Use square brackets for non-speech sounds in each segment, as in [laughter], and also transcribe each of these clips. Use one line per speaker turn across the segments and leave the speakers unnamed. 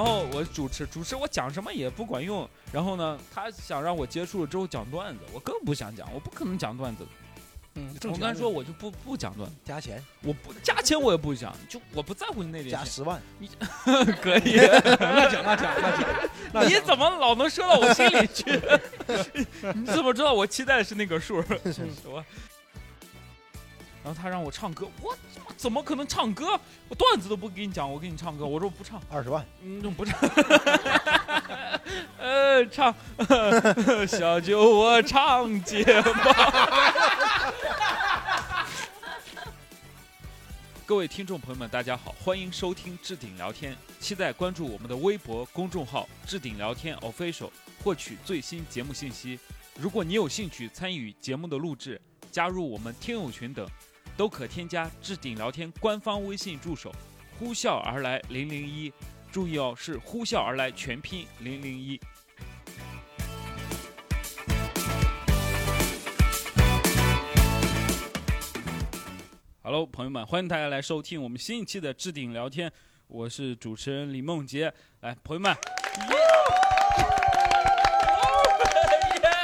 嗯我主持主持我讲什么也不管用。然后呢，他想让我接触了之后讲段子，我更不想讲，我不可能讲段子。
嗯，
我
正
刚才说
我
我就不不讲段子，
加钱
我不加钱我也不讲，就我不在乎你那点 [laughs]
加
钱，
十万，
可以。
那讲那讲那讲，那
你怎么老能说到我心里去？ [laughs] 你怎么知道我期待的 [laughs] 是那个数？我。然后他让我唱歌，我我怎么可能唱歌？我段子都不给你讲，我给你唱歌。我说不唱，
二十万，
嗯，不唱。 [laughs] 呃，唱 [laughs] 小酒窝唱睫毛。 [laughs] 各位听众朋友们，大家好，欢迎收听置顶聊天，期待关注我们的微博公众号“置顶聊天 official”，获取最新节目信息。如果你有兴趣参与节目的录制，加入我们听友群等，都可添加置顶聊天官方微信助手“呼啸而来零零一”，注意哦，是“呼啸而来”全拼零零一。Hello，朋友们，欢迎大家来收听我们新一期的置顶聊天，我是主持人李梦洁。来，朋友们，耶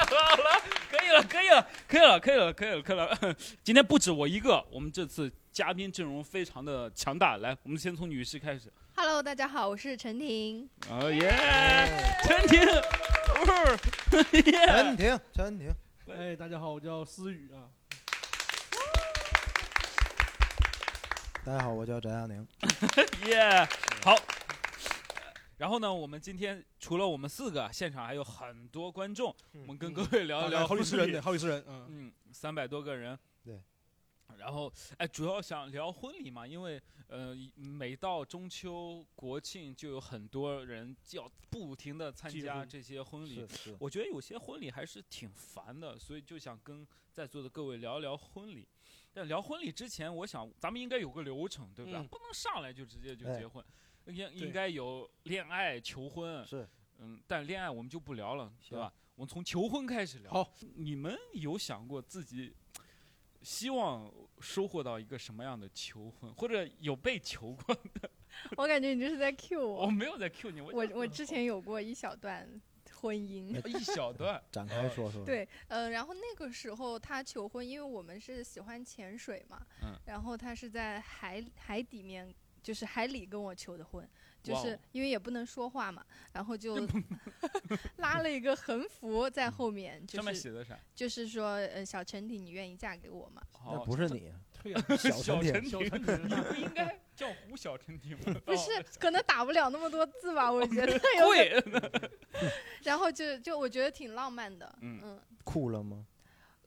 好了，可以了，可以了，可以了，可以了，可以了，可以了。今天不止我一个，我们这次嘉宾阵容非常的强大。来，我们先从女士开始。
Hello，大家好，我是
[laughs]
陈婷。
哦耶，陈婷，哦耶，
陈婷陈婷，
哎，大家好，我叫思雨啊。
大家好，我叫翟亚宁，
[laughs] 耶，好。然后呢，我们今天除了我们四个，现场还有很多观众，我们跟各位聊一聊
嗯好几十人
婚礼
的，好几十人，嗯，
嗯，三百多个人。
对。
然后，哎，主要想聊婚礼嘛，因为呃，每到中秋、国庆就有很多人要不停的参
聚
加
会
这些婚礼
是。是，
我觉得有些婚礼还是挺烦的，所以就想跟在座的各位聊一聊婚礼。但聊婚礼之前，我想咱们应该有个流程，对不对？
嗯
不能上来就直接就
哎
结婚，应
对
应该有恋爱、求婚，
是
嗯，但恋爱我们就不聊了，对
行
吧？我们从求婚开始聊。
好，
你们有想过自己希望收获到一个什么样的求婚，或者有被求过？ [laughs]
我感觉你这是在 cue
我
我。
没有在 Q 你，我
我
就哦
我之前有过一小段婚姻，
一小段
展开说
哎
说，
对，呃，然后那个时候他求婚，因为我们是喜欢潜水嘛，
嗯
然后他是在海海底面，就是海里跟我求的婚，就
哇哦
是因为也不能说话嘛，然后就 [laughs] 拉了一个横幅在
[laughs]
后面， [laughs] 就
上面
是
写的啥？
就是说，呃，小陈婷，你愿意嫁给我吗？
那
好
不是你，
对 [laughs] 呀，
[laughs] 小
[laughs] 小
陈
陈
婷，
小
婷，
陈
[laughs]
婷
你不应该叫胡小陈婷吗？哦
不是，可能打不了那么多
[laughs]
字吧，我觉得 [laughs] 有点
贵，啊
然后就就我觉得挺浪漫的，
嗯
嗯，
哭了吗？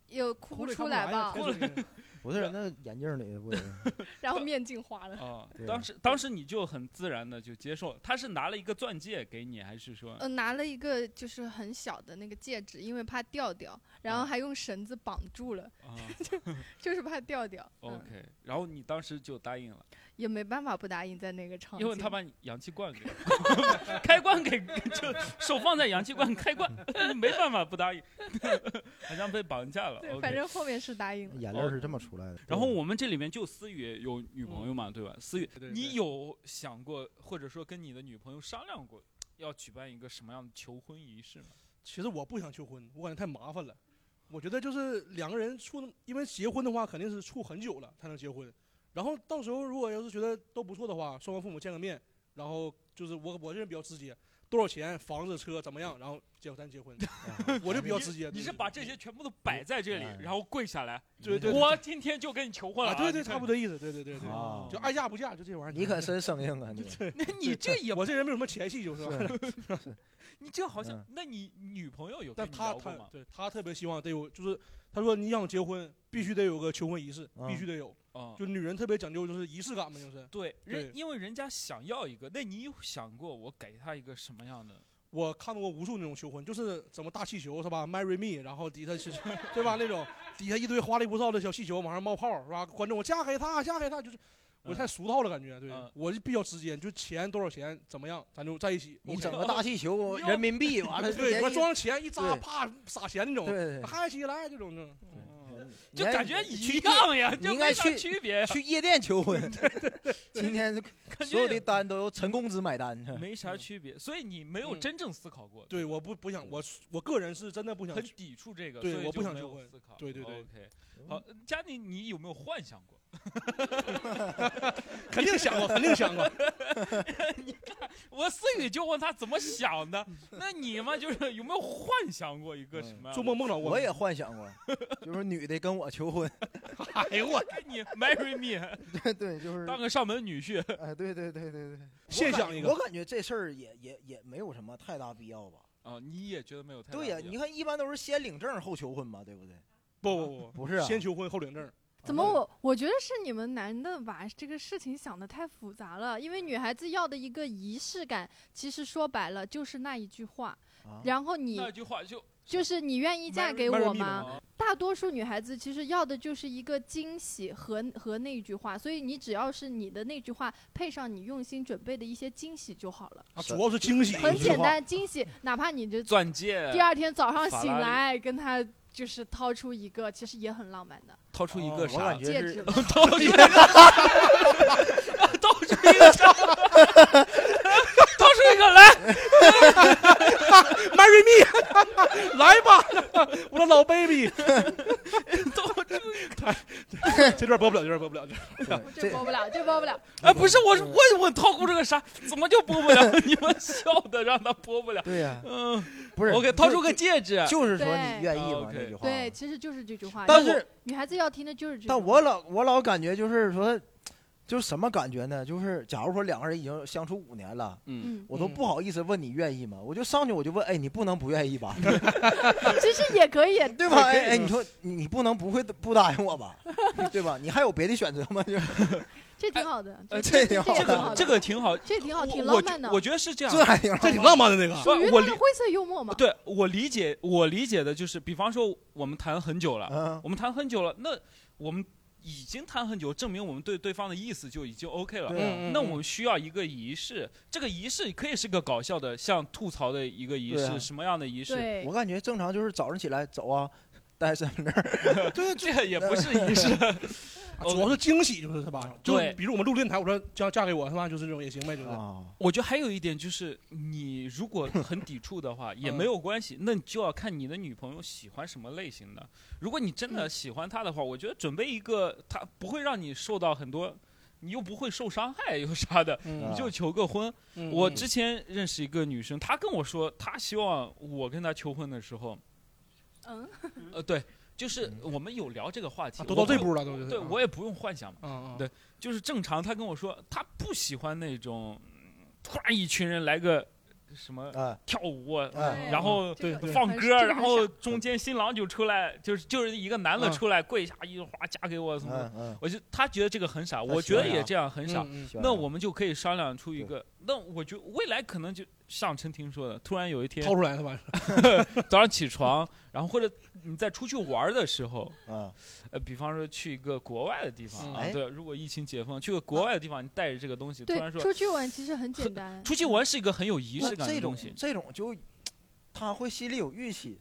有哭
哭
不
了
出
来
来吧？
哭了
不是，那眼镜里
[laughs]
不行，
然后面镜花了。
啊
对，
当时当时你就很自然的就接受，他是拿了一个钻戒给你，还是说
呃，拿了一个就是很小的那个戒指，因为怕掉掉，然后
啊
还用绳子绑住了，
啊
[laughs] 就是怕掉掉。嗯，
OK？然后你当时就答应了，
也没办法不答应，在那个场景。
因为他把氧气
[laughs]
罐给开关给就手放在氧气罐 [laughs] 开关，没办法不答应， [laughs] 好像被绑架了。
对，
哦 OK
反正后面是答应了。
眼泪是这么出来的。
然后我们这里面就思雨有女朋友嘛，对吧？思雨，
嗯对对
你有想过或者说跟你的女朋友商量过要举办一个什么样的求婚仪式吗？
其实我不想求婚，我感觉太麻烦了。我觉得就是两个人处那么，因为结婚的话肯定是处很久了才能结婚。然后到时候如果要是觉得都不错的话，双方父母见个面，然后就是我我这人比较直接，多少钱、房子、车怎么样，然后结咱结婚。
哎
我就比较直接。
你
对哎
是把这些全部都摆在这里，
嗯
然后跪下来，
对对对
我今天就跟你求婚了、
啊，对对，
你看
差不。多意思，对对对对，
啊，
就爱嫁不嫁，就这玩意儿。
你可真生硬啊
[laughs]
你！
那你这也，
[laughs] 我这人没有什么前戏，就是吧。
是
[laughs] 你这好像
嗯，
那你女朋友有跟
但
你
他
聊过
他
吗？
对他特别希望得有，就是他说你想结婚，必须得有个求婚仪式，
啊
必须得有。
啊，
就女人特别讲究就是仪式感嘛，就是
对，人
对
因为人家想要一个，那你有想过我给他一个什么样的？
我看过无数那种求婚，就是怎么大气球是吧，marry me，然后底下是， [laughs] 对吧？那种底下一堆花里胡哨的小气球，往上冒泡是吧？观众我嫁给他，嫁给他，就是我太俗套了感觉，对
嗯
我就比较直接，就钱多少钱怎么样，咱就在一起。
你
OK
整个大气球，人
[laughs]
民币完了，
对，我
对
装上钱一扎，
对
啪撒钱那种，
对，
嗨起来这种的。
嗯就
你还
感觉一
去
样呀，就
应该
没啥
去
区别呀，
去夜
[laughs]
店求婚，今天
感
所有
觉
的
也
单都由陈公子买单。
[laughs]
没啥区别，所以你没有
嗯
真正思考过，
对，我不不想，我我个人是真的不想
嗯很
去。
抵触这个，
对
所以
我
就
不想
没有
求婚
思考，
对对对
，OK，好，
嗯
佳宁，你有没有幻想过？
肯定想过，肯定
[laughs]
想过。
我思雨就问他怎么想
[laughs]
的，那你嘛就是有没有幻想过一个什么样的
嗯做梦？梦到过，
我也幻想过，就是女的跟我求婚，
哎呦我 [laughs] 给你 marry me，
[laughs] 对对，就是
当个上门女婿，
哎，对对对对对，
现想一
我
个。
感觉这事儿也也也没有什么太大必要吧。
啊，你也觉得没有太大
对呀，
必要
你看一般都是先领证后求婚嘛，对不对？
不不
不是
不，
啊，
先求婚后领证。
怎么我我觉得是你们男的把这个事情想的太复杂了，因为女孩子要的一个仪式感，其实说白了就是那一句话，
啊
然后你
那句话就
就是你愿意嫁
Marry-
给
marry
我
me
吗
啊？
啊
大多数女孩子其实要的就是一个惊喜和和那一句话，所以你只要是你的那句话配上你用心准备的一些惊喜就好了，
啊，
是
主要是惊喜。
很
很
一句话
简单，惊喜，哪怕你这
钻戒
第二天早上
法
醒
拉利
来跟他就是掏出一个，其实也很浪漫的
掏出一
哦
个
我
啥
感？觉
戒
是
指。
[laughs] 掏出一个， [laughs] 掏出一个啥？ [laughs] 掏出一个来，
Marry me，来吧，我的老
[laughs]
baby。
掏出一个。
这段播不了，这段播不了。这段 [laughs]
对
这
这
播不了，这播不了。
哎，不是，我是问问掏出这个啥，怎么就播不了？ [laughs] 你们笑的让他播不了。
对呀，
嗯
不
[laughs]
是
我给掏出个戒指。
就是说
对
你愿意
啊
嘛
，，OK
这句话。
对，，其实就是这句话。
但
就是女孩子要听的就是这句话。
但我老我老感觉就是说，就是什么感觉呢？就是假如说两个人已经相处五年了。
嗯，
嗯，
我都
嗯
不好意思问你愿意吗？我就上去我就问，哎，你不能不愿意吧？
其实也可以，
对吧？哎哎，你说你你不能不会不答应我吧？ [laughs] 对吧？你还有别的选择吗？就是
这挺好的，
呃
这挺
挺
好
好
这
的
个
的，
这个挺好，
这挺好，挺
我
浪漫的
我觉。我，觉得是这样
这。还挺好
这挺浪漫的那个。
不
属于
我
他的
理哦
灰色幽默嘛。
对我理解，我理解的就是，比方说我们谈很久了，
嗯，
我们谈很久了，那我们已经谈很久，证明我们对对方的意思就已经 OK
嗯
了。
对啊
那我们需要一个仪式，这个仪式可以是个搞笑的，像吐槽的一个仪
对
式，
啊
什么样的仪式？
对
我，感觉正常就是早上起来走啊，带身份证儿，
[laughs]
啊
对，这个也不是仪式。
呃主要是惊喜，就是是吧？就
啊对
比如我们录电台，我说嫁嫁给我，他妈就是这种也行呗，就是。
啊，
我觉得还有一点就是，你如果很抵触的
[laughs]
话，
嗯
也没有关系，那你就要看你的女朋友喜欢什么类型的。如果你真
嗯
的喜欢她的话，我觉得准备一个，她不会让你受到很多，你又不会受伤害又啥的，
嗯
你
啊
就求个婚。
嗯
我
嗯
之前认识一个女生，她跟我说，她希望我跟她求婚的时候，
嗯，
呃，对，就是我们有聊这个话题，
嗯啊都
我
到这
不
步了，啊都是。
对我也不用幻想嘛，
嗯嗯
对就是正常。她跟我说，她不喜欢那种，嗯突然一群人来个什么
啊，
跳舞啊，
对
然后
这个
对对
放
很
歌，
这个
然
很
后
傻
中间新郎就出来，就是就是一个男的
嗯
出来跪下一哗嫁给我什么的，
嗯嗯，
我就他觉得这个很傻，
喜欢
我觉得
呀
也这样很傻。
嗯嗯
喜欢
那
啊
我们就可以商量出一个，那我觉得未来可能就像陈婷说的，突然有一天
掏出来是吧？
早上起床，然后或者你在出去玩的时候，
啊，
呃，比方说去一个国外的地方
嗯
啊，
哎
对，如果疫情解封，去个国外的地方，你带着这个东西，突然
对，
说
出去玩其实很简单。
出去玩是一个很有仪式
那
感
这
的
种
东西，
这种就他会心里有预期，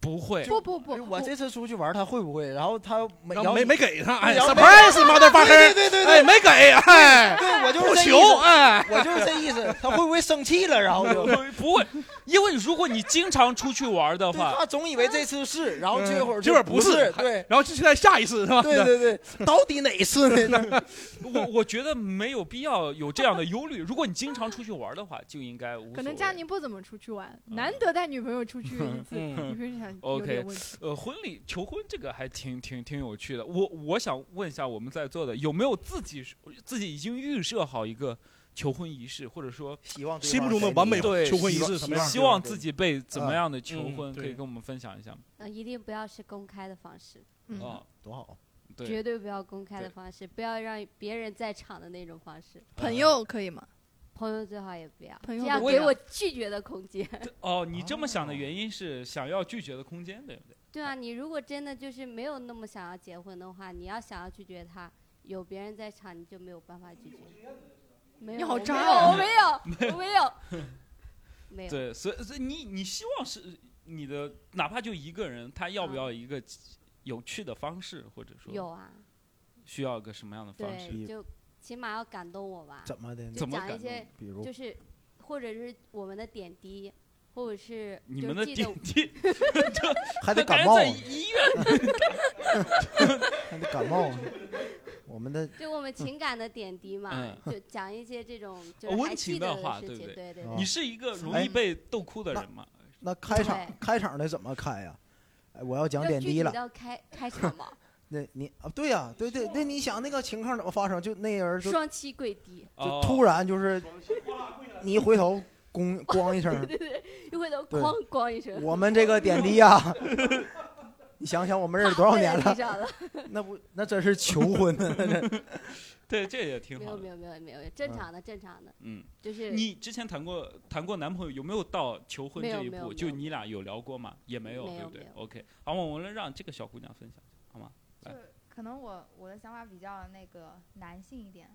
不会。
不不
哎
不，
我这次出去玩他会不会？然后他没
然
然
后
后
没没给他，哎
然后没
，surprise
啊
motherfucker，
对对对对，
哎，没给，哎，
对我就是
不
这
求
意思，
哎，
我就是这意思，他会不会生气了？然后就
[laughs] 不会，因为如果你经常出去玩的
对
话，
他总以为这次是，然后这会儿就
嗯这会儿不
不
是还
对
[laughs] 然后就现在下一次是吧？
对对对，到底哪次呢？
我我觉得没有必要有这样的忧虑。如果你经常出去玩的话，就应该无所谓。
可能佳宁不怎么出去玩，
嗯
难得带女朋友出去一次，
嗯
女朋友想有
OK
点问题。
呃，婚礼求婚这个还挺挺挺有趣的。我我想问一下我们在座的有没有自己自己已经预设好一个求婚仪式，或者说
希望对
心
方
目中
给
的完
你
美
对
求婚仪式什么样？
希望自己被怎么样的求婚，
嗯
可以
对
跟我们分享一下吗？
嗯，一定不要是公开的方式，
嗯，
啊，
多好，
绝
对，
对不要公开的
对
方式，不要让别人在场的那种方式，
朋友可以吗？
朋友最好也不要，
朋友
这样
不
给
啊
要
我拒绝的空间。
哦，你这么想的原因是想要拒绝的空间，对不对？
对啊，你如果真的就是没有那么想要结婚的话，你要想要拒绝他，有别人在场，你就没有办法拒绝。没有，
你好
我没
渣
有
啊
我没有，我没有，没有。
对，所以所以你你希望是你的，哪怕就一个人，他要不要一个、有趣的方式，或者说
嗯有啊，
需要一个什么样的方式？
对，就起码要感动我吧，
怎么的
就
怎
呢？
么
讲
感
一些
比如
就是或者是我们的点滴，或者是
你
就
们的
记得
点滴，[laughs]
还得
那
感
感
冒
在
啊，
医院，
还得感冒啊。我们的
就我们情感的点滴嘛，
嗯
就讲一些这种就是
啊温
还
情
记得
的
的
话
事
哦对不
情，
对
对对
啊
你是一个容
哎
易被逗哭的
那
人吗？
那开场
对
开场的怎么开呀？哎，我要讲
要
点
具
滴
体
了。
到开开场
[laughs]
嘛，
那你啊，对呀、对对，那你想那个情况怎么发生？就那人就
双膝跪
[laughs]
地，
就
哦
突然就是，你一回头，咣咣一声，
一回头
对
哐哐一声，
我们这个点滴呀、你想想我们认识多少
趴
年
在地？
了
上
[laughs]
了？
那不那真是求婚呢，那
[laughs] 对，这也挺
没
好
有
的
没。有没有没有，正常的正常的，
嗯，
就是
[laughs] 你之前谈过谈过男朋友，有没有到求婚
没
这
有
一
没有
步？
没
就
有
你俩有聊过吗？也没有，
没
对
有
不
没
对
有
？OK，好，我们让这个小姑娘分享一下，好吗？
就可能我我的想法比较那个男性一点，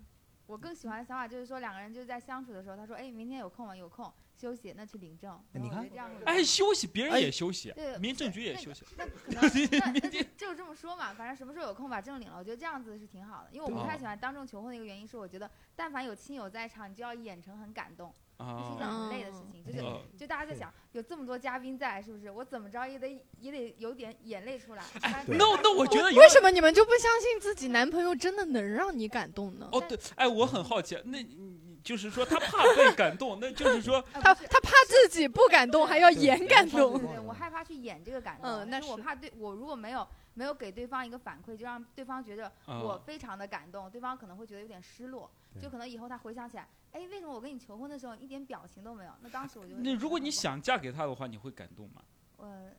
我更喜欢的想法就是说两个人就是在相处的时候，他说哎明天有空吗？有空休息，那去领证。然
你
后我觉
看
得这样会
哎，休息，别人
哎
也休息，
对
民政局也
那
休
个
息。
那可能那那就就这么说嘛，反正什么时候有空把证领了，我觉得这样子是挺好的。因为我不
对
太喜欢当众求婚的一个原因是，我觉得但凡有亲友在场，你就要演成很感动，这是一件
啊，
很累的事情。就是
呃，
就大家在想，有这么多嘉宾在，是不是？我怎么着也得也得有点眼
[laughs]
泪出来。哎
那那我觉得有
为
点
什么你们就不相信自己男朋友真的能让你感动呢？
哦，对，哎，我很好奇，那你就是说他怕被感动，那就是说
他他怕自己不感动，还要演感
对
动。
对对，我害怕去演这个感动，
嗯那
就是我
是
怕对我如果没有没有给对方一个反馈，就让对方觉得 [laughs] 我
啊，
非常的感动，对方可能会觉得有点失落，就可能以后他回想起来，哎，为什么我跟你求婚的时候一点表情都没有？那当时我就会
那如果你
觉得
想嫁给他的话，你会感动吗？
很难过，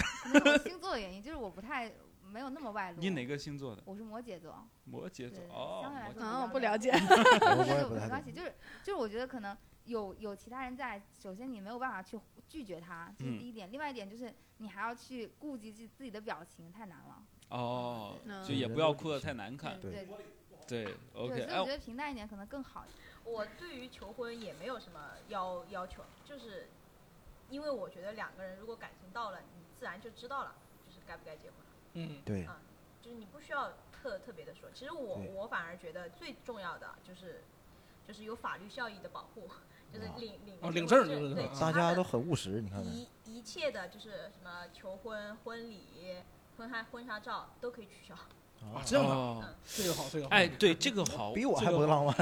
我可能是我星座的原因，就是我不太没有那么外露。
你哪个星座的？
我是摩羯座，
摩羯座
对
哦
相对来，
摩
说
羯
啊，我不了解。
我
但
我也
是
不太懂
没关系，就是就是我觉得可能有有其他人在，首先你没有办法去拒绝他，这是
嗯
第一点。另外一点就是你还要去顾及自自己的表情，太难了。
哦，
嗯
就也不要哭得太难看。
对
对
对
对，
，OK，
所以我觉
哎，
得平淡一点可能更好。
我对于求婚也没有什么要要求，就是因为我觉得两个人如果感情到了，你自然就知道了，就是该不该结婚了，
嗯，
对
啊就是你不需要特特别的说。其实我
对
我反而觉得最重要的就是就是有法律效益的保护，就是
哇
领领
哦
结婚
领证儿
证
就是
对，
吧
其
大
他
家
的
都很务实，你看看，
一一切的就是什么求婚、婚礼、婚纱婚纱照都可以取消。
啊，这样的，
哦，
这个好，这个好，
哎，对，这个好，
比我还不浪漫。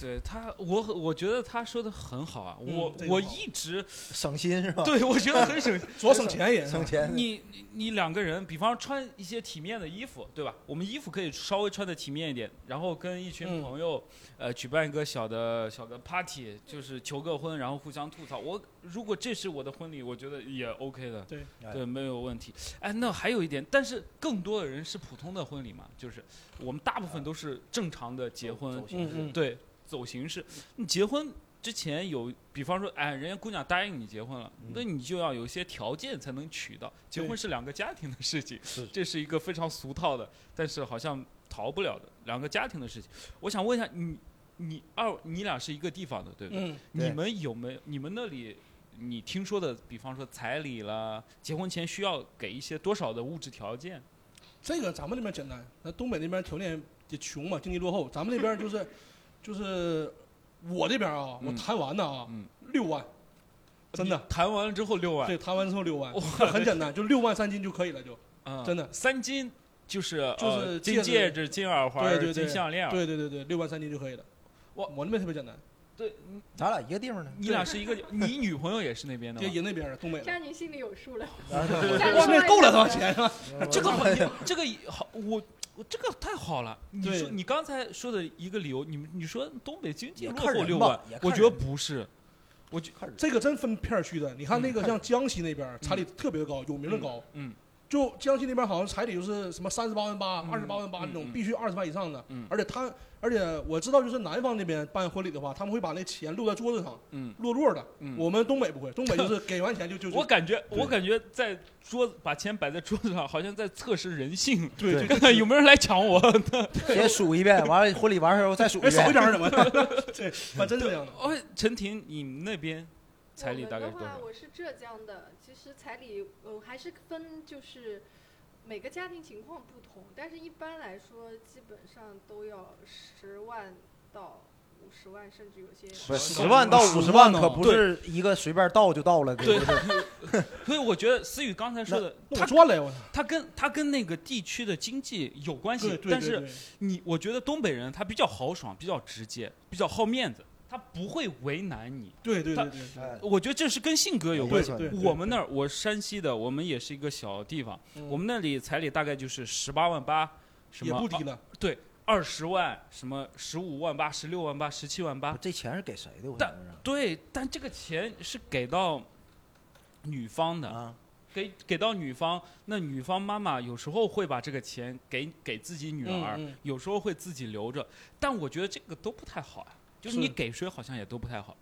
对他，我很我觉得他说的很好啊，
嗯
我
这个
我
好
一直
省心是吧？
对我觉得
[laughs]
很省
主要省钱也
省钱。
你你你两个人，比方穿一些体面的衣服，对吧？我们衣服可以稍微穿的体面一点，然后跟一群
嗯
朋友，呃，举办一个小的小的 party，就是求个婚，然后互相吐槽。我如果这是我的婚礼，我觉得也 OK 的，
对
哎
对，没有问题。哎，那还有一点，但是更多的人是普通的婚礼嘛，就是我们大部分都是正常的结婚
走，形式
嗯嗯，
对，走形式。你结婚之前有，比方说，哎，人家姑娘答应你结婚了，
嗯
那你就要有一些条件才能娶到。结
对
婚是两个家庭的事情
是，
[laughs] 这是一个非常俗套的，但是好像逃不了的两个家庭的事情。我想问一下你，你二你俩是一个地方的，对不对？
嗯，
你
对
们有没有你们那里？你听说的，比方说彩礼啦，结婚前需要给一些多少的物质条件？
这个咱们那边简单，那东北那边条件也穷嘛，经济落后，咱们那边就是就是我这边啊，我
嗯
谈完的啊
嗯，
六万，真的，
谈完了之后六万，
[laughs] 对，谈完之后六万
哇，
很简单，就六万三金就可以了，就，
嗯
真的
三金就是
就是
呃金
戒指
戒指、金耳环、
对对对
金项链。
对对对对，六万三金就可以了。
哎哇
我那边特别简单，
对，
咱俩一个
[laughs]
地方的，
你俩是一个，你女朋友也是那边的
也
吗？
也那边的东北的，
你心里有数了。
啊
我那够了多少钱啊？
这个好，你这个好，我我这个太好了。你
对
说你刚才说的一个理由，你们你说东北经济
也
落
看
后
人
六万
吧，也看人
我觉得不是，我觉
看着
这个真分片儿区的，你看那个
嗯
像江西那边彩礼特别高，有名的高。
嗯嗯
就江西那边好像彩礼就是什么三十八万八、
嗯
二十八万八那
嗯嗯
种，必须二十万以上的
嗯。
而且他，而且我知道，就是南方那边办婚礼的话，他们会把那钱落在桌子上，
嗯
落落的。
嗯，
我们东北不会，东
[laughs]
北就是给完钱就就
我
就
感觉
对
我感觉在桌子把钱摆在桌子上，好像在测试人
[laughs]
性，
对，
对
就
看看有没有人来抢我。
[laughs] 先数一遍，完了婚礼完事儿我
[laughs]
再数一
哎少一
遍。
张怎么？ [laughs] 对，反正真是这样的。
哦，陈婷，你们那边彩礼大概是
我
多
们的
少
话，？我是浙江的，其实彩礼呃还是分就是。
每个家庭情况不同，但是一般来说，基本上都要十万到五十万，甚至有些
不是
10
十万到
10
五十
万
万
呢
可不是一个随便到就到了，
对 [laughs]
不对？
所以我觉得思雨刚才说的，
那
他
我赚了呀！我操，
他跟他跟那个地区的经济有关系，但是你我觉得东北人他比较豪爽，比较直接，比较好面子，他不会为难你。
对对对
他
对对
哎
我觉得这是跟性格有
对
关
没
系。
错
对对，
我们那儿，我山西的，我们也是一个小地方，
嗯
我们那里彩礼大概就是十八万八，什
也
么啊
不低了，
二十万，什么十五万八、十六万八、十七万八。
这钱是给谁的？我
但
想问
对，但这个钱是给到女方的，
啊，
给给到女方，那女方妈妈有时候会把这个钱给给自己女儿，
嗯嗯
有时候会自己留着，但我觉得这个都不太好啊，就是
是
你给谁好像也都不太好，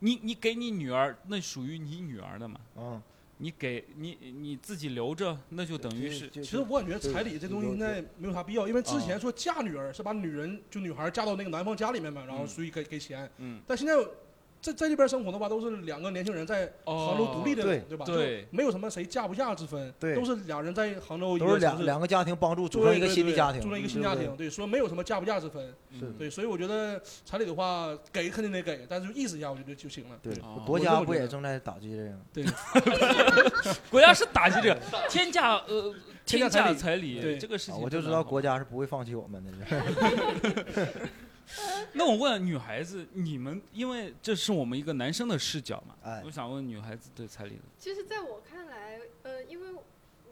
你你给你女儿，那属于你女儿的嘛，
嗯，
你给你你自己留着，那就等于是
就
其实我感觉彩礼这东西现在没有啥必要，因为之
啊
前说嫁女儿是把女人就女孩嫁到那个男方家里面嘛，然后
嗯
所以给给钱。
嗯。
但现在在在这边生活的话，都是两个年轻人在杭州独立的，
对
对吧？
对，
没有什么谁嫁不嫁之分，
对
都是两人在杭州一
都是
个
两
城市
两个家庭帮助
对
组成一个
对
新的
对
家庭，
组成一个
嗯
新家庭，。对，说没有什么嫁不嫁之分，
嗯
是
对，所以我觉得彩礼的话给肯定得给，但是就意思一下我觉得就行了。
对，对
哦
国
啊我
家
就
不
觉
也
得
正在打击这个？
国家是打击这个天价呃
天
天
价彩
价
礼
彩礼
对
这个事
啊
情，
我就知道国。家是不会放弃我们的。是
[laughs]
吧
那我问女孩子，你们因为这是我们一个男生的视角嘛，
哎
我，想问女孩子对彩礼的
其实，在我看来，呃，因为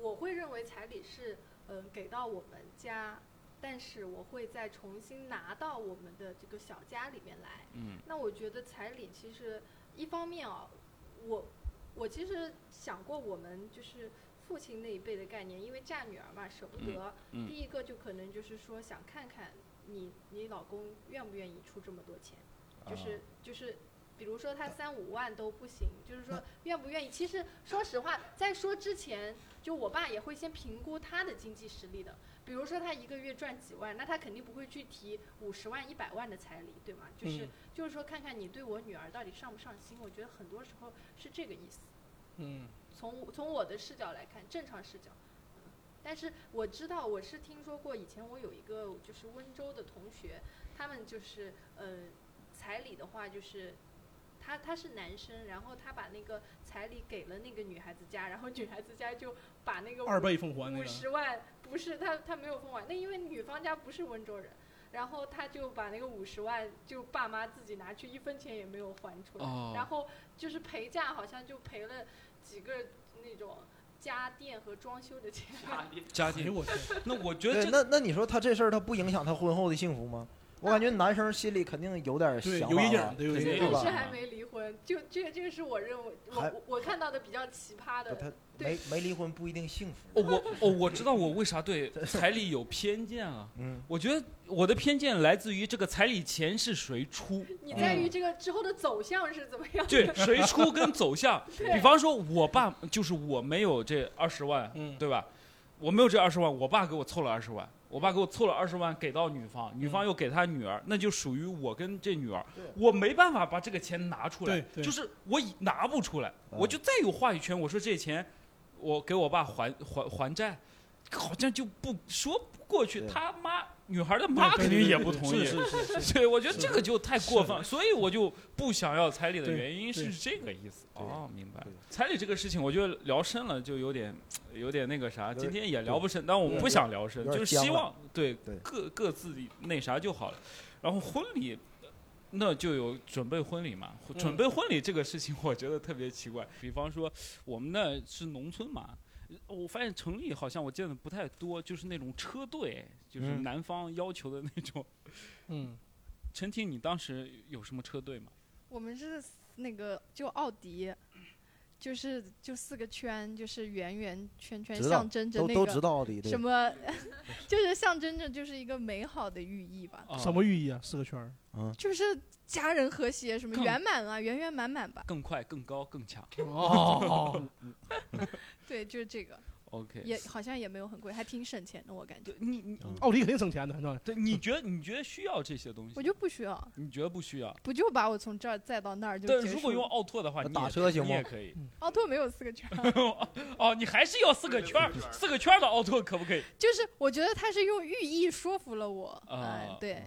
我会认为彩礼是，嗯、给到我们家，但是我会再重新拿到我们的这个小家里面来。
嗯
那我觉得彩礼其实一方面啊，我我其实想过我们就是父亲那一辈的概念，因为嫁女儿嘛，舍不得。
嗯嗯
第一个就可能就是说想看看你你老公愿不愿意出这么多钱，
啊
就是、就是。比如说他三五万都不行，就是说愿不愿意。其实说实话，在说之前，就我爸也会先评估他的经济实力的。比如说他一个月赚几万，那他肯定不会去提五十万、一百万的彩礼，对吗？就是、
嗯
就是说看看你对我女儿到底上不上心。我觉得很多时候是这个意思。
嗯，
从我从我的视角来看，正常视角。嗯但是我知道，我是听说过，以前我有一个就是温州的同学，他们就是呃，彩礼的话就是，他他是男生，然后他把那个彩礼给了那个女孩子家，然后女孩子家就把那个
二倍奉还那
五
个，
十万，不是他他没有分完，那因为女方家不是温州人，然后他就把那个五十万就爸妈自己拿去，一分钱也没有还出来，然
哦，
后就是陪嫁好像就赔了几个那种家电和装修的钱， [laughs]
家
哎呦
庭。
我天，
那我觉得
对，
这
那那你说他这事儿，他不影响他婚后的幸福吗？我感觉男生心里肯定有点
对，
想
有
法
阴
吧
影，对，有
肯
阴
定
影。
有
吧
是还没离婚，就这个这个是我认为我
还
我我看到的比较奇葩
不他
的，
没没离婚不一定幸福。
哦，我哦，我知道我为啥对彩礼有偏见了。
嗯，
我觉得我的偏见来自于这个彩礼钱是谁出，
你在
嗯
于这个之后的走向是怎么样？
对，谁出跟走向。
对
比方说，我爸就是我没有这二十万，
嗯，
对吧？我没有这二十万，我爸给我凑了二十万，我爸给我凑了二十万给到女方，女
嗯
方又给他女儿，那就属于我跟这女儿
对，
我没办法把这个钱拿出来
对，对嗯
就是我已拿不出来，我就再有话语权，我说这钱我给我爸还还还债，好像就不说不过去，
对
他妈女孩的妈肯定也不同意。
是
[laughs]
是是是，
对，我觉得这个就太过分，了，
是
所以我就不想要彩礼的
对
原因是
对
这个意思。哦，明白
对。
彩礼这个事情，我觉得聊深了就有点，有点那个啥。
有点
今天也聊不深，但我们
对
不想聊深，
有点
就是希
僵
望对
对
各各自那啥就好了。然后婚礼，那就有准备婚礼嘛。
嗯
准备婚礼这个事情，我觉得特别奇怪。比方说，我们那是农村嘛。我发现城里好像我见的不太多，就是那种车队，就是
嗯
南方要求的那种
嗯，
陈婷，你当时有什么车队吗？
[laughs] 我们是那个就奥迪，就是就四个圈，就是圆圆圈圈
知道
象征着
都
那
都知
个
道奥迪对
什么， [laughs] 就是象征着就是一个美好的寓意吧，
什么寓意啊？四个圈儿，
就是家人和谐，什么
更
圆满啊，圆圆满满吧。
更快、更高、更强？
哦，
对，就是这个。
OK，
也好像也没有很贵，还挺省钱的，我感觉。
你你
奥迪肯定省钱的，是吧？
对，你觉得你觉得需要这些东西？
我就不需要，
你觉得不需要？
不就把我从这儿载到那儿就
但
结
如
束
果
了
用奥拓的话，
那
你
打
也
车
可以
行
你也
吗
可以。
奥拓没有四个圈儿， [laughs]
哦，你还是要四个圈儿，四个圈儿的奥拓可不可以？
就是我觉得他是用寓意说服了我。
啊
嗯，对，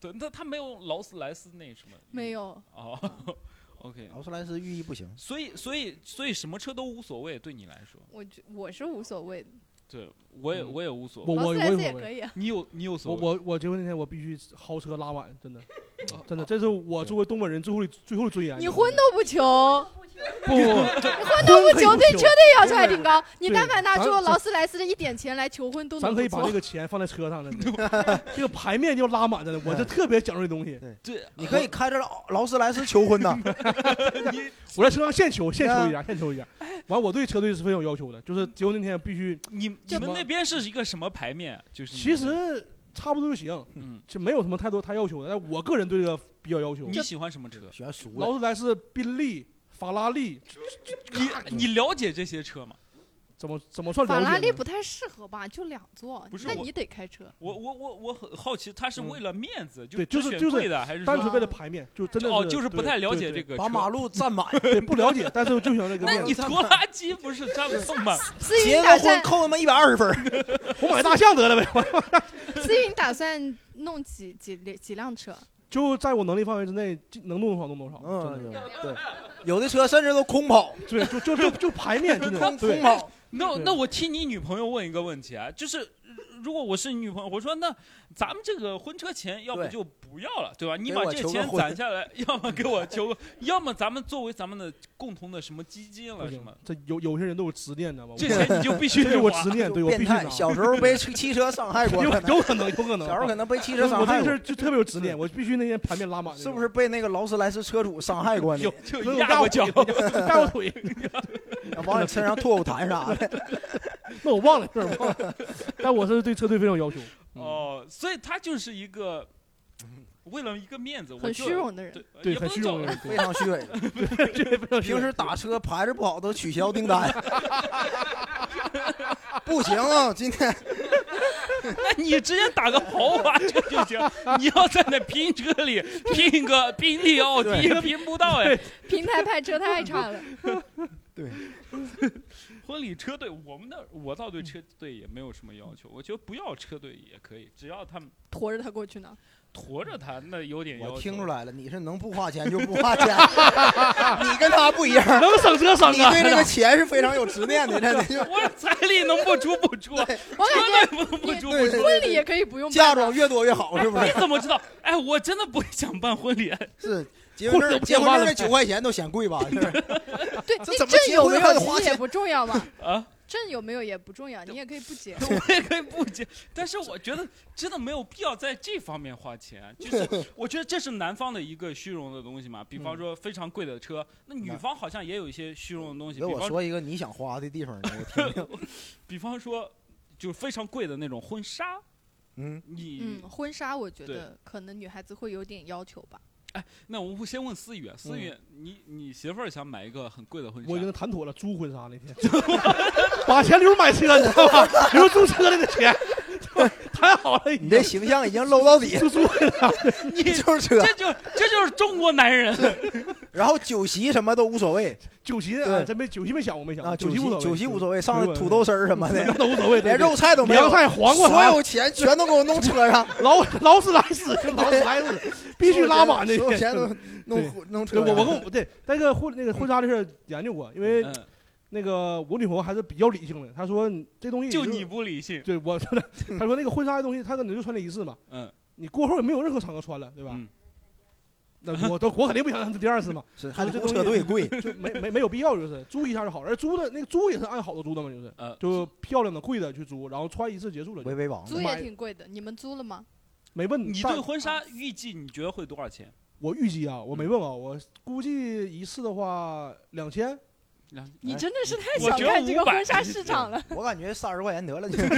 对，那他没有劳斯莱斯那什么？
没。有，
哦 [laughs] ，OK。
劳斯莱斯寓意不行，
所以，所以，所以什么车都无所谓，对你来说，
我觉我是无所谓的，
对我也
嗯
我也无所谓。
我
劳
我
斯
我
莱斯
也
也
无所
可
谓。哎
以啊。
你有你有所
我
谓？
我我结婚那天我必须豪车拉满，真的，真的，这是我作为东北人最后的最后的尊严。
啊你婚都不求，
[laughs]
[laughs]
不不不，
婚都不求，
婚可以
对
不求
车内要求还挺高。你
对
但凡拿
咱
出
咱
劳斯莱斯的一点钱来求婚，都
咱
能
可以
不
把那
错。
个钱放在车上，真的， [laughs] 这个牌面要拉满的， [laughs] 我就特别讲究这东西。
对，
你可以开着劳劳斯莱斯求婚
[laughs]
呐。
你
我在车上现求，现求一下，现求一下。完，我对车队是非常有要求的，就是结婚那天必须，
你你们那边是一个什么牌面？就是你
其
们
实差不多就行，
嗯，
就没有什么太多太要求的。但我个人对这个比较要求
你，喜欢什么车？
喜欢熟的，
劳斯莱斯、宾利、法拉利，
你
嗯
你了解这些车吗？
怎么怎么算
法拉
了
利
解
不
呢？
太适合吧？就两座
不是，
那
我
你得开车。
我我我我很好奇，他是为了面子就
嗯对就是
选
就是
贵的，还是
单
说
纯为了牌面，就真的
哦，就是不
对
太了
对
解
对
这个
把
车
马路占满，
对，不了解，但是就想这个
那
面
你
子。
[laughs] 拖拉机不是占不动
[laughs]
吗？
思雨，
结
你打
个婚
算
扣他们一百二十分儿，
我买大象得了呗，
[laughs]
思雨，你打算弄几几辆几辆车？
就在我能力范围之内，尽能弄多少弄多少。
嗯，
真的
对，有的车甚至都空跑，
对，就就就就排面，真的
空空
对。
跑，
那
对
那我替你女朋友问一个问题啊，就是呃如果我是你女朋友，我说那咱们这个婚车钱要不
对
就不要了，对吧？你
给
把
我
这
求个
钱
婚
攒下来， [laughs] 要么给我求个， [laughs] 要么咱们作为咱们的共同的什么基金
不
了什
行
么，，
这有有些人都有执念，你知道吗？
这
我
钱你就必须
这
得
是我
花
执念，对我必
变
须
态。
拿。
小时候被汽汽车伤害过，
有
可能
有可能，有可能。
小时候可能被汽车
我
伤
这
害
个事
过
儿，就特别有执念，我必须那天盘面拉满。
是不是？被那个劳斯莱斯车主伤害过你
有？就
有
压过
我
脚。
[laughs] 大我腿，
往你身上吐口痰啥
[laughs]
的？
那我忘了，有点忘了。 [laughs] 但我是对车队非常有要求。嗯，
哦，所以他就是一个为了一个面子，我
很
就
虚，荣的人，
对，
对，
也不
很
能
虚荣
叫
的人，
非常虚伪。 [laughs]
对，这非常虚
平
荣。
时打车牌子不好都取消订单， [laughs] 不行啊！今天
[laughs] 那你直接打个豪华车就
[laughs]
行，你要在那拼车里拼个宾利、
[laughs]
奥迪，拼不到哎。
平台派车太
[laughs]
差了。
婚礼车队，我们的我倒对车队也没有什么要求，我觉得不要车队也可以，只要他们
驮着他过去
[laughs]
呢，
驮着他，那有点要求。
我听出来了，你是能不花钱就不花钱， [laughs] 你跟他不一样，
能省车省
你
啊！
对这个钱是非常有执念的，真的就
我说彩礼能不出不出，车
我感
队不能不出不出。
对对
觉婚
对
礼
对，
也可以不用
嫁
办啊
妆
吧。
越多越好，是不
你
是？
怎么知道？哎，我真的不想办婚礼。
是结婚证，结婚证那九块钱都嫌贵吧？是不是
对，
这
你
怎么
挣
结
有
婚
没
还
有
得花
其实也
钱
不重
[laughs]
要吧？
啊，
挣有没有也不重要，你也可以不 [laughs] 结。
我也可以不结，但是我觉得真的没有必要在这方面花钱。啊就是我觉得这是男方的一个虚荣的东西嘛，比方说非常贵的车，那女方好像也有一些虚荣的东西，
给
比
我
方
说一个你想花的地方，我听听。
比方说就是非常贵的那种婚纱，
嗯，
你。
嗯，婚纱我觉
对
得可能女孩子会有点要求吧。
那我先问思雨，啊思雨，你你媳妇儿想买一个很贵的婚纱，
我已经谈妥了租婚纱那天， [laughs] 把钱留着买车，你知道吧？留着租车的那钱，谈好了已
你
经。
这形象已经 low 到
[laughs]
底，
租租婚纱，
你
就是车，
这就这就是中国男人，
然后酒席什么都无所谓
酒席
对
啊，真没酒席没想过没想过
啊，
酒
酒
席无所
席
谓，
酒席无所谓，
没
上
有
土豆丝儿什么
[laughs] 那
的，
都无所谓，对
连哎肉菜都没
凉
有，
菜、黄瓜
所
啊啥，
有钱全都给我弄车上。
劳劳斯莱斯，劳斯莱斯必须拉满这
所有
些
钱。
[laughs]
都弄弄
对
车
我
上。
我跟我对那个婚那个婚纱的事儿研究过，因为
嗯
那个我女朋友还是比较理性的，她说你这东西
就你不理性，
对我说的，她说那个婚纱的东西，她可能就穿这一次嘛，
嗯，
你过后也没有任何场合穿了，对吧
嗯？
那我都我肯定不想让她第二次嘛，
是还
这
得
东西
雇车队贵，
就没没没有必要，就是租一下就好，而租的那个租也是按好的租的嘛，就是
呃，
就漂亮的贵的去租，然后穿一次结束了就
维，维王
租
买
也挺贵的，你们租了吗？
哎
没问
你
但
对婚纱预计你觉得会多少钱？
我预计啊，我没问啊，我估计一次的话两千，
两
你真的是太
我
小
觉得
看这个
500
婚纱市场了。
[laughs]
我感觉三十块钱得了，就
这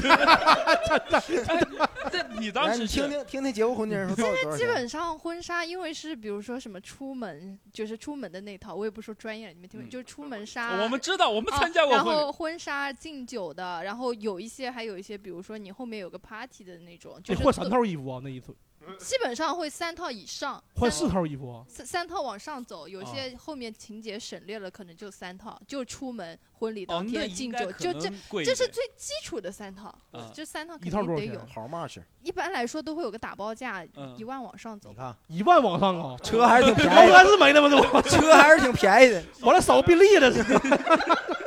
你你当
来
时
哎
是
听听听听结过婚的人说到底多少
基
钱？
本上婚纱，因为是比如说什么出门，就是出门的那套，我也不说专业了，你们听，
嗯
就是出门纱。
我们知道，我们参加
啊
过
然
婚礼
后，婚纱敬酒的，然后有一些还有一些，比如说你后面有个 party 的那种，就
得
是
换三套衣服啊，那一次
基本上会三套以上，
换
三
四套衣服啊。
三三套往上走，有
啊
些后面情节省略了，可能就三套，就出门、婚礼
哦
当，
那
天、
应
敬
该
酒，
可
就这
能贵一
这是
点
最基础的三套
啊，
这三套
一
肯
套
定
多少
得
钱啊
有。
好嘛是，
一般来说都会有个打包价，
嗯
一万往上走
你。
[laughs]
看
一万往上啊，
车还是 [laughs] 挺
然
便
后
宜的，
还是没那么多，
车还是挺便宜的。
完了少个宾利了，这是
[laughs]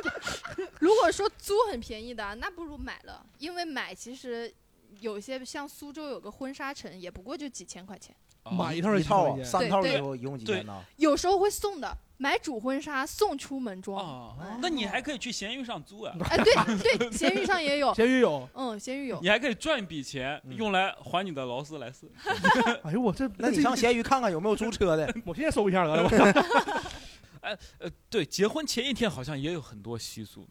如果说租很便宜的，那不如买了，因为买其实有些像苏州有个婚纱城，也不过就几千块钱，
哦
买一套
一
一
套啊，
钱
三套
对
衣
对
服一共几千呢？
有时候会送的，买主婚纱送出门装。
哦，那你还可以去闲鱼上租啊，
哎，对对，闲鱼上也
[laughs]
有，
咸鱼有。
嗯，闲鱼有。
你还可以赚一笔钱
嗯
用来还你的劳斯莱斯。
哎呦我这，
那你
这
上闲鱼看看有没有租车
[laughs]
的。
我现在搜一下得了，我
呃，对，结婚前一天好像也有很多习俗，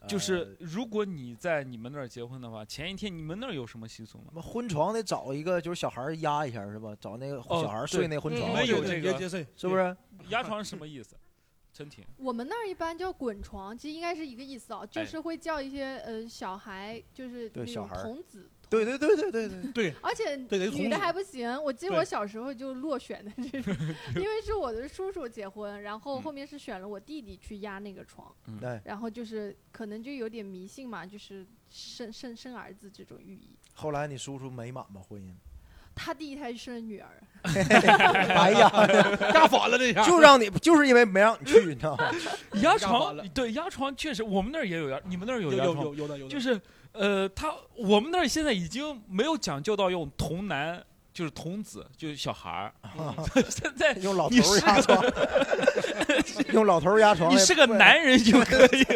哎
就是如果你在你们那儿结婚的话，前一天你们那儿有什么习俗吗
什？么婚床得找一个，就是小孩儿压一下是吧？找那个小孩儿睡那婚
哦对
床
你们，有
对
这个
对对嗯对
是不是？
压床是什么意思？ [laughs] 陈婷，
我们那儿一般叫滚床，其实应该是一个意思啊，就
哎
是会叫一些呃小孩，就是
对
那
小
种
孩儿
童子。
对对对对对对。
而且
对得是
女
童子
的还不行，我记得
对
我小时候就落选的这种，因为是我的叔叔结婚，然后
嗯
后面是选了我弟弟去压那个床，
嗯
哎
然后就是可能就有点迷信嘛，就是生生生儿子这种寓意。
后来你叔叔美满吗？婚
[laughs]
姻？
他第一胎生女儿，
哎呀，
压反了这下，
就让你就是因为没让你去，你知道吗？
压
压
床
反了
对压床确实，我们那儿也有压，你们那儿
有
有压
有
床吗
有有的有的，
就是呃，他我们那儿现在已经没有讲究到用童男，就是童子，就是小孩儿。
啊
[laughs] 现
[laughs]
在
用老头
你
儿
是
压床，用老头儿压床。
你是个，男人就可
[laughs]
以，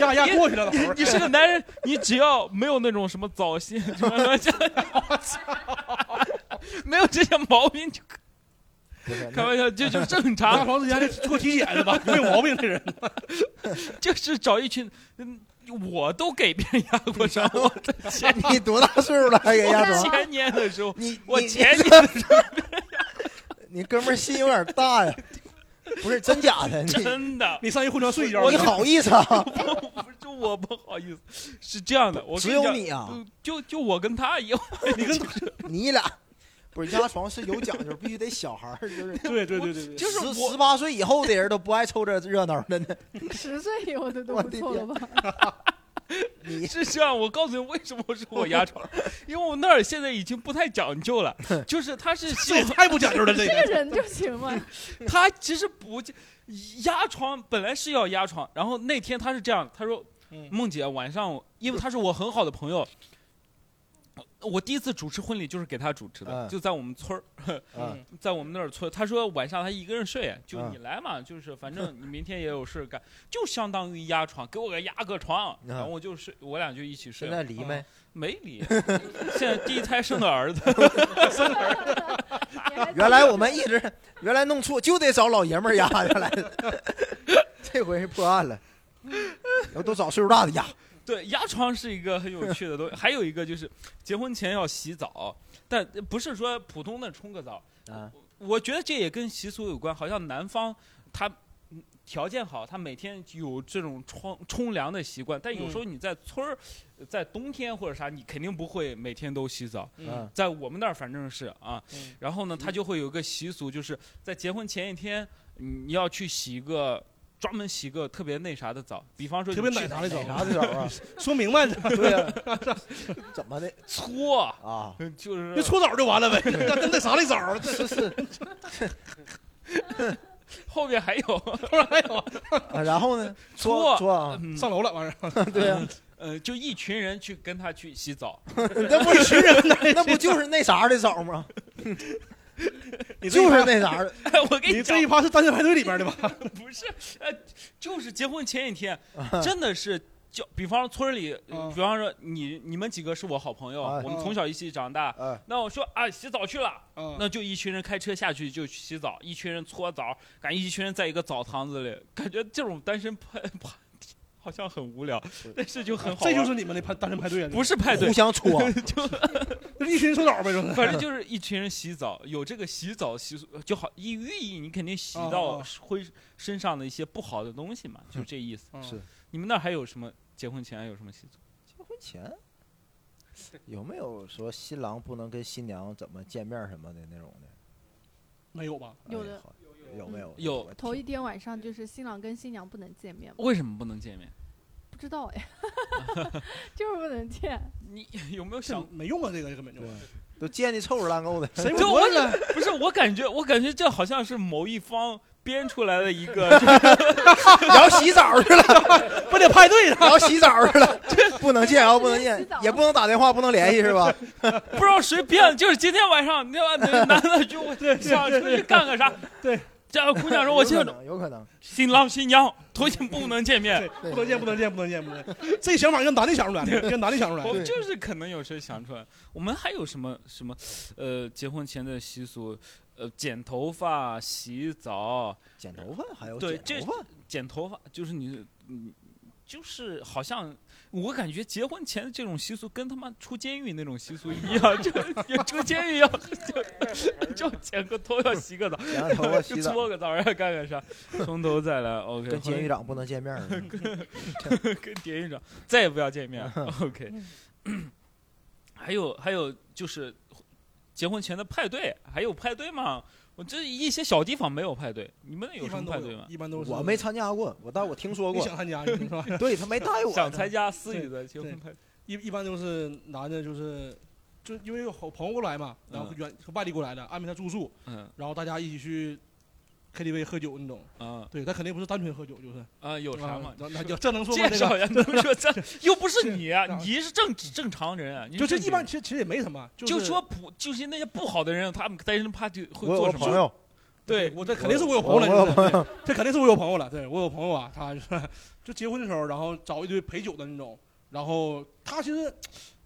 压压过去了，老头儿
你是个男人，你只要没有那种什么早泄什么什么这，我操，没有这些毛病就可
不是
开
那
玩笑，这就正
压
[laughs]
常，
床之前还得做体检是吧？啊 [laughs] 有没有毛病这人？
就是找一群，嗯，我都给别人压过床，我的前
你多大岁数了还给压
[laughs]
床？
前年的时候，
你
我
你 [laughs]
前年
你哥们儿心有点大呀，不是真假的？你
真的，
你上一婚床睡一觉，
你好意思啊？
不是我不好意思，是这样的，我
只
跟
有
讲
你啊，
就就就我跟他
[laughs]
一样，
你跟
你俩 [laughs] 不是压床是有讲究，必须得小孩儿，就是
[laughs] 对对对对对，
就是
十
我
十八岁以后的人都不爱凑这热闹，真的。
十岁以后的都
我
不
的
错了吧？
你
是这样，我告诉你为什么我说我压
[laughs]
床，因为我那儿现在已经不太讲究了，就是它
[laughs]
是
这也太不讲究了，这个
这人就行 [laughs] 嘛。
他其实不压床，本来是要压床，然后那天他是这样，他说：“
嗯
梦姐，晚上因为他是我很好的朋友，我第一次主持婚礼就是给他主持的，
嗯
就在我们村儿，
嗯，
在我们那儿村儿。他说晚上他一个人睡，就
嗯
你来嘛，就是反正你明天也有事干，就相当于压床，给我个压个床，
嗯
然后我就睡，我俩就一起睡
现
了。
在离没？
没理，现在第一胎生的儿子，
你还
原来我们一直原来弄错，就得找老爷们儿压原来的， [laughs] 这回是破案了，都都找岁数大的压。
对，压床是一个很有趣的
[laughs]
东西，还有一个就是结婚前要洗澡，但不是说普通的冲个澡，
啊，
我觉得这也跟习俗有关，好像南方他。嗯条件好，他每天有这种冲冲凉的习惯，但有
嗯
时候你在村儿，在冬天或者啥，你肯定不会每天都洗澡。
嗯，
在我们那儿反正是啊，
嗯
然后呢，他就会有一个习俗，就是在结婚前一天，你要去洗一个专门洗一个特别那啥的澡，比方说
特别
你去
奶茶的
哪
澡，
啥的找啊？
说明白这
对呀、怎么的
搓，[laughs]
啊？
嗯就是
[laughs] 就搓澡就完了 [laughs] 呗，那那那啥的澡，
是
这
是
后面还有，
当然还有啊
啊，然后呢？搓
搓 [laughs]
搓啊，
嗯
上楼了，完事儿，
对呀、
呃，就一群人去跟他去洗
[laughs]
澡，
那不是人，那不就是那啥的枣吗？
你这一
就
趴
是那啥的，
哎我跟
你
讲
这一，趴是单身派对里边的吧？ [laughs]
不是，呃，就是结婚前一天，真的是叫，比方说村里，呃
嗯
比方说你你们几个是我好朋友，
哎
我们从小一起长大。
嗯、
那我说啊，洗澡去了，
哎嗯，
那就一群人开车下去就去洗澡，一群人搓澡，感觉一群人在一个澡堂子里，感觉这种单身派派 [laughs] 好像很无聊，但是就很好玩。
啊这就是你们的派单身派对啊！
不是派对，
互相戳
就是一群臭脑呗，
[laughs]
就是。
反正就是一群人洗澡，有这个洗澡习俗就好，一寓意你肯定洗
哦哦
到
哦
会身上的一些不好的东西嘛，就这意思。
嗯
是
你们那儿还有什么结婚前还有什么习俗？
结婚前有没有说新郎不能跟新娘怎么见面什么的那种的？
没有吧？
有
哎
的
好有没有？
有
我
[laughs] 头一
听
天晚上就是新郎跟新娘不能见面嘛，
为什么不能见面？
不知道哎， [laughs] 就是不能见。
你 [laughs] 有没有
这
想？
没用啊，这个根本就
对都见的臭屎烂够的，
谁
就
不
我
问呢？
不是，我感觉我感觉这好像是某一方编出来的一个，就是
聊洗澡 [laughs] 去了，
不得派对呢？
聊洗澡去了， [laughs] 不能见啊，不能
[laughs]
见
洗澡，
也不能打电话，不能联系是吧？
不知道谁编的，就是今天晚上那那男的就我想出去干个啥？
对，
这样姑娘说，我
有可
就
能，有可能，
新郎新娘头天不能见面
对，，不能见，不能见，不能见，不能见。这想法跟男的想出来的，跟男的想出来
我
的。
们就是可能有谁想出来。我们还有什么什么，呃，结婚前的习俗，呃，剪头发、洗澡、
剪头发还有
对
哦剪
这
头发，
剪头发，就是你，嗯，就是好像我感觉结婚前的这种习俗跟他妈出监狱那种习俗一
[laughs]
样，就就出监狱要就就剪个头，要洗个澡，
剪完头发
就
洗澡，
搓个澡，然后干个啥，从头再来。OK，
跟监狱
长
长不能见面儿。
跟监狱长再也不要见面了。OK，还有还有就是结婚前的派对，还有派对吗？我这一些小地方没有派对，你们那有
一
什
般
么
都
派对吗？
一般都是
我没参加过，我但我听说
你
过，
想参加，你是吧？
对他没带我，
想参加思雨的结婚派对。
一一般都是男的，就是就因为有好朋友过来嘛，然后
嗯
远从外地过来的，安排他住宿，
嗯
然后大家一起去 KTV 喝酒，你懂？
啊
对，他肯定不是单纯喝酒，就是
啊，有啥吗
啊？那那就这能说吗？
介
这个
绍一下，能说
[laughs]
这又不是你啊，
是啊
你是正指正常人啊，你
就这
正
一
常
般，
人
其实其实也没什么，
就是说普就是那些不好的人，他们单身 party 会
我有
做什
朋
么？
友，
对，
我这肯定是我有朋
我
友了，
有
就是
朋友，
这肯定是我有朋友了，对我有朋友啊，他就是就结婚的时候，然后找一堆陪酒的那种，然后他其实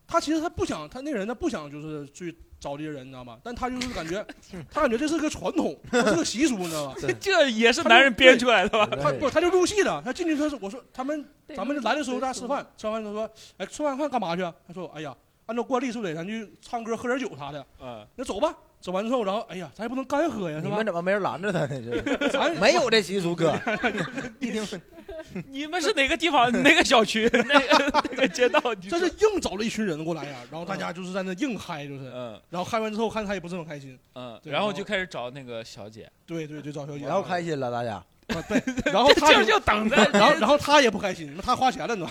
他其实他不想，他那人他不想就是去找这些人，你知道吗？但他就是感觉他感觉这是个传统，这是个习俗，你知道吧？
这也是男人编出来的吧？
他
哎
不，他就入戏了。他进去，他说：“我说他们，
对
咱们
入
来的
戏
时候
随
大家
俗
吃饭，吃完饭他说，哎，吃完饭干嘛去啊？”他说：“哎呀，按照惯例是不是得咱去唱歌、喝点酒啥的？
嗯，
那走吧。”走完之后，然后哎呀，咱也不能干喝呀，是
你
吧
们？怎么没人拦着他呢？这
咱
没有这习俗，哥，一听
你们是哪个地方？ [laughs] 哪个小区？那个那个街道？你
这
说
是硬找了一群人过来呀，然后大
嗯
家就是在那硬嗨，就是，
嗯
然后嗨完之后看他也不是很开心，
嗯，
对
然后
然后
就开始找那个小姐，
对对对，找小姐，
我要开心了，大家
啊，对，然
[laughs]
后
[laughs]
他
就
也
就等 [laughs] 着，哦
然后然后他也不开心，他花钱了呢，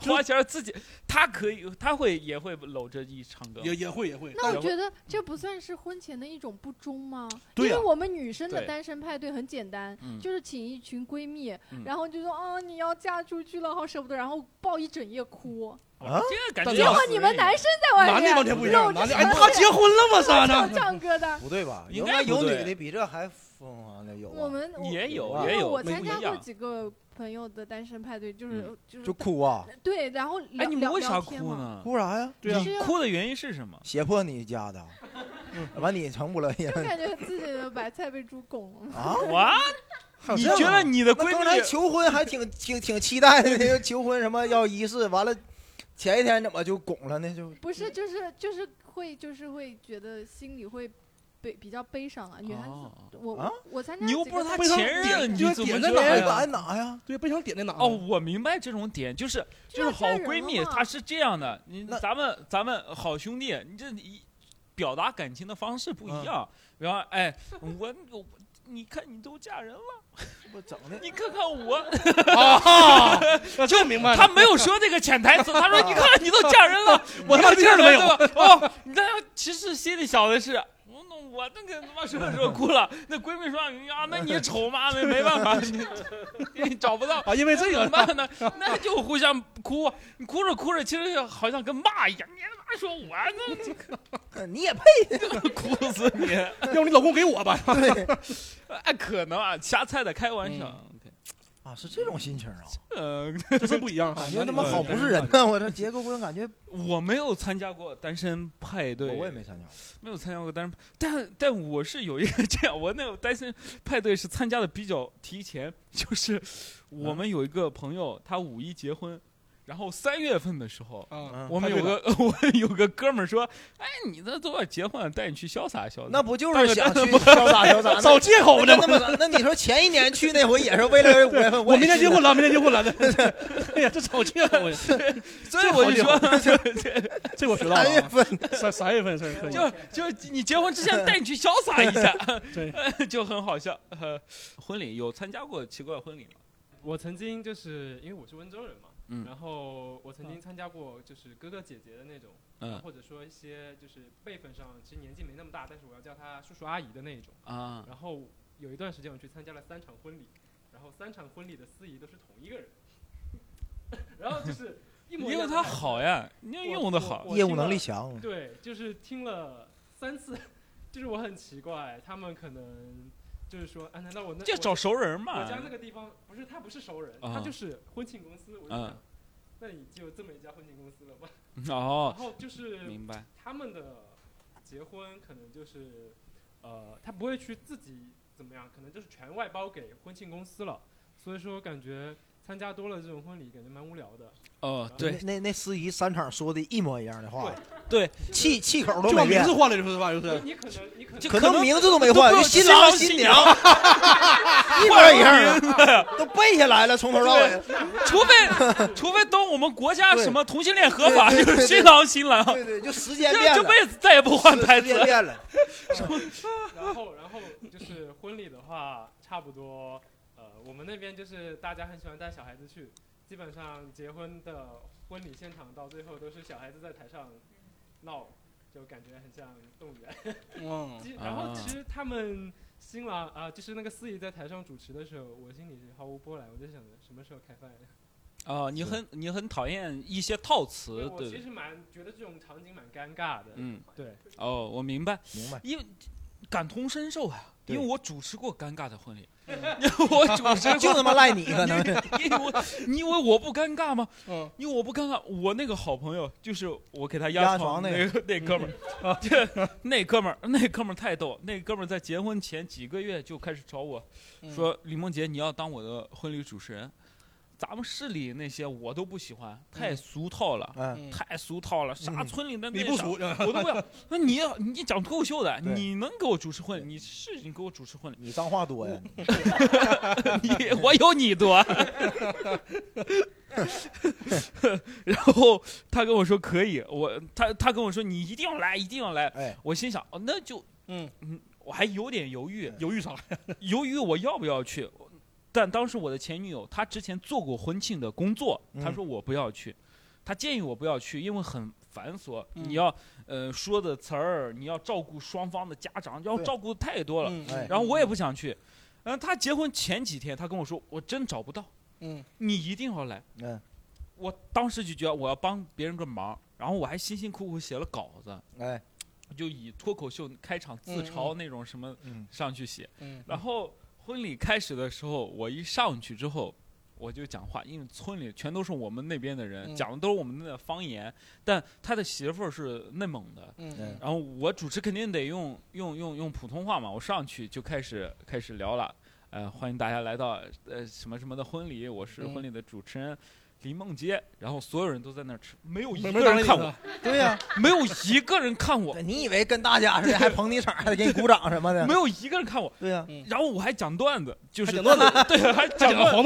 花钱自己，他可以，他会也会搂着一唱歌，
也也会也会，
那
然
我
后
觉得这不算是婚前的一种不忠吗？
对
因为
呀
我们女生的
对
单身派对很简单，
嗯
就是请一群闺蜜，
嗯
然后就说啊你要嫁出去了，好舍不得，然后抱一整夜哭。
啊
这个感
但
觉
结
结
果
果
要死
你
人
们
一样
男生在外
男的
面 [laughs]
完全不一样，
肉
男
质
的哎，
成
他
这
结婚了吗？
唱
啥
唱
呢？
唱歌
[laughs]
的，
不对吧？
应
应
该
该有
不对
女的比这还疯狂的有
我
啊，
们我
也
有
有
啊
也
因为
有，
我
不
参
一
加过
样。嗯
几个朋友的单身派对，就是就是
就哭啊，
对，然后
哎，
聊
你们
聊
为啥
聊天
哭
嘛？
呢？啊
[laughs] 哭啥呀？
对呀，
是
哭的原因是什么？
胁迫你家的，完你成不了人
就感觉自己的白菜被猪拱
[laughs]
了。
啊？
哇，你觉得你的
那
闺
刚才
蜜
求婚还挺挺挺期待的，那个求婚什么要仪式，完了前一天怎么就拱了呢？就
不是，就是就是会就是会觉得心里会悲比较悲伤啊。原来
哦
是我、
啊
我参加
你又
几
不是
个
他
被他
前任，
点
你
就是
怎么
点
知
在
道呀
哪儿
别管哪呀？
对，不想点那
啊
哪呢
哦，，我明白这种点就是
这
就是
样
好
嫁人
闺蜜，
了嘛
她是这样的，你
那
咱们咱们好兄弟，你这一表达感情的方式
嗯
不一样。然后哎，我我你看你都嫁人了，
不整 [laughs] 的
你看看我，
啊，那这我明白了，
他没有说这个潜台词，他说你看看你都嫁人了，
[laughs] 我他妈
你
一
看
儿都没有，
对吧哦，那其实心里想的是。我那我那个他妈什么时候哭了？那闺蜜说啊，那你丑嘛，那没办法，你你找不到
啊，因为这个
怎么办呢？那就互相哭，啊你哭着哭着，其实好像跟骂一样，你他妈说我啊那
你也配？ [laughs]
哭死你！
[laughs] 要不你老公给我吧，
对，
哎，可能啊，瞎猜的，开玩笑。OK，
[laughs] 啊，是这种心情啊，
呃，
这真不一样，
感
感
觉
觉
啊他妈好不是人呐！我这结个婚感觉
呃我没有参加过单身派对，
我也没参加过，
没有参加过单身，但但我是有一个这样，我那个单身派对是参加的比较提前，就是我
嗯
们有一个朋友，他五一结婚，然后三月份的时候。
啊，
嗯
我们有个 [laughs] 我们有个哥们儿说，哎，你这都要结婚了，带你去潇洒潇洒。
那不就是想去潇洒潇 [laughs] 洒？
找借口呢
那。那么那你说前一年去那回也是为了五月份，
我明天
也去
结
的
婚了，明天结
[laughs]
婚了。哎呀，这找借口呀，
所以我就说，
这我学到
三月
了啊。
份，
三三月份是 [laughs] 可以，
就就你结婚之前带你去潇洒一下，[laughs]
对，
就很好笑。呃婚礼有参加过奇怪婚礼吗？
我曾经就是因为我是温州人嘛，
嗯
然后我曾经参加过就是哥哥姐姐的那种，
嗯
或者说一些就是辈分上其实年纪没那么大，但是我要叫他叔叔阿姨的那种。
啊，
嗯
然后有一段时间我去参加了三场婚礼，然后三场婚礼的司仪都是同一个
[laughs]
人， [laughs] 然后就是一模一
因
样
为
的
他
菜
好呀，你
我
用的
我
好。
我
业
听
务能
了
力强，
[laughs] 对，就是听了三次，就是我很奇怪，他们可能就是说，啊，难道我那
就
我
找熟人
我
嘛
家。那个地方不是他不是熟人，
啊
他就是婚庆公司，我就
嗯
想，那你就这么一家婚庆公司了吧？然
[laughs] 哦，
后就是
明白。
他们的结婚可能就是，呃，他不会去自己怎么样，可能就是全外包给婚庆公司了，所以说感觉参加多了这种婚礼，感觉蛮无聊的。
哦，
那
对
那那司仪三场说的一模一样的话，
对，
气气口都
就把
没
名
变
字，换了，就是吧？就是
[laughs] 你可能你可能
就
可
可
能
能
名字都没换，
都
就
不
新
新郎
新
新
娘一模一样的，都背下来了，从头到尾。
[laughs] 除非除非等我们国家
对
什么同性恋合法，
对对
就
对
是
对
新郎新郎，
对对，就时间
这
变
这
了，
辈子再也不换牌
时间
子。
变了。
然后，然后就是婚礼的话，差不多，呃，我们那边就是大家很喜欢带小孩子去，基本上结婚的婚礼现场到最后都是小孩子在台上闹，就感觉很像动物园。 [laughs]
嗯，
其实然后
啊
其实他们新郎啊、就是那个司仪在台上主持的时候，我心里是毫无波澜，我就想着什么时候开饭。
哦，你很你很讨厌一些套词，
我
呃对
其
不对？
实蛮觉得这种场景蛮尴尬的。
嗯，
对，
哦，我明白，[laughs]
明白，
因为感同身受啊，
对
因为我主持过尴尬的婚礼，我主持过
就 [laughs] 他妈赖你可能。
[laughs] 因为我你以为我不尴尬吗？
嗯，
因为我不尴尬，我那个好朋友就是我给他床
压床那
那个那哥们儿，啊，这那哥们儿那哥们儿太逗，那哥们儿在结婚前几个月就开始找我
嗯
说：“李梦洁，你要当我的婚礼主持人。”咱们市里那些我都不喜欢，太
嗯
俗套了，
嗯，
嗯
太俗套了。啥
嗯
村里的那
你不
啥
熟，嗯
我都不要。那你要你讲脱口秀的，
对
你能给我主持婚礼？你是你给我主持
[laughs]
婚礼，
你脏话多呀，
你我有你多。 [laughs] 然后他跟我说可以，我他他跟我说你一定要来，一定要来。
哎，
我心想，哦，那就
嗯
嗯，我还有点犹豫，
犹豫啥？
[laughs]
犹豫我要不要去。但当时我的前女友，她之前做过婚庆的工作，
嗯
她说我不要去，她建议我不要去，因为很繁琐，
嗯
你要呃说的词儿，你要照顾双方的家长，要
对
照顾太多了。
嗯
哎
然后我也不想去。然后她结婚前几天，她跟我说，我真找不到，
嗯
你一定要来。
嗯，
我当时就觉得我要帮别人个忙，然后我还辛辛苦苦写了稿子，
哎，
就以脱口秀开场自嘲那种什么
嗯，
上去写。
嗯
然后婚礼开始的时候，我一上去之后，我就讲话，因为村里全都是我们那边的人，
嗯
讲的都是我们的方言。但他的媳妇儿是内蒙的，
嗯
然后我主持肯定得用用用用普通话嘛，我上去就开始开始聊了。呃，欢迎大家来到呃什么什么的婚礼，我是
嗯
婚礼的主持人。李梦洁，然后所有人都在那儿吃，没有一
没
个
没搭理
人
你
看
是
我，
[laughs] 吧
对呀，
没有一个人看我，
对你以为跟大家似的还捧你场，还得给你鼓掌什么的
没？有一个人看我。
对呀，
然后我还讲段子，就是
还讲段
子， [laughs] 对，还
还
讲
讲
段
个
子
黄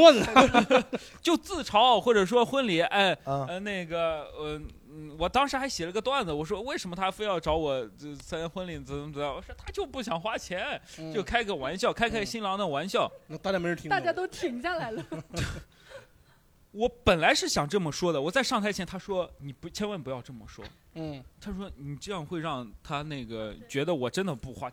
段子，
就自嘲或者说婚礼，哎，
啊，
呃，那个，呃，嗯我当时还写了个段子，我说为什么他非要找我这参加婚礼，怎么怎么样？我说他就不想花钱，
嗯
就开个玩笑，开开新郎的玩笑。
那大家没人听，
大家都停下
[laughs]
来了。
我本来是想这么说的，我在上台前他说你不千万不要这么说，
嗯
他说你这样会让他那个觉得我真的不花。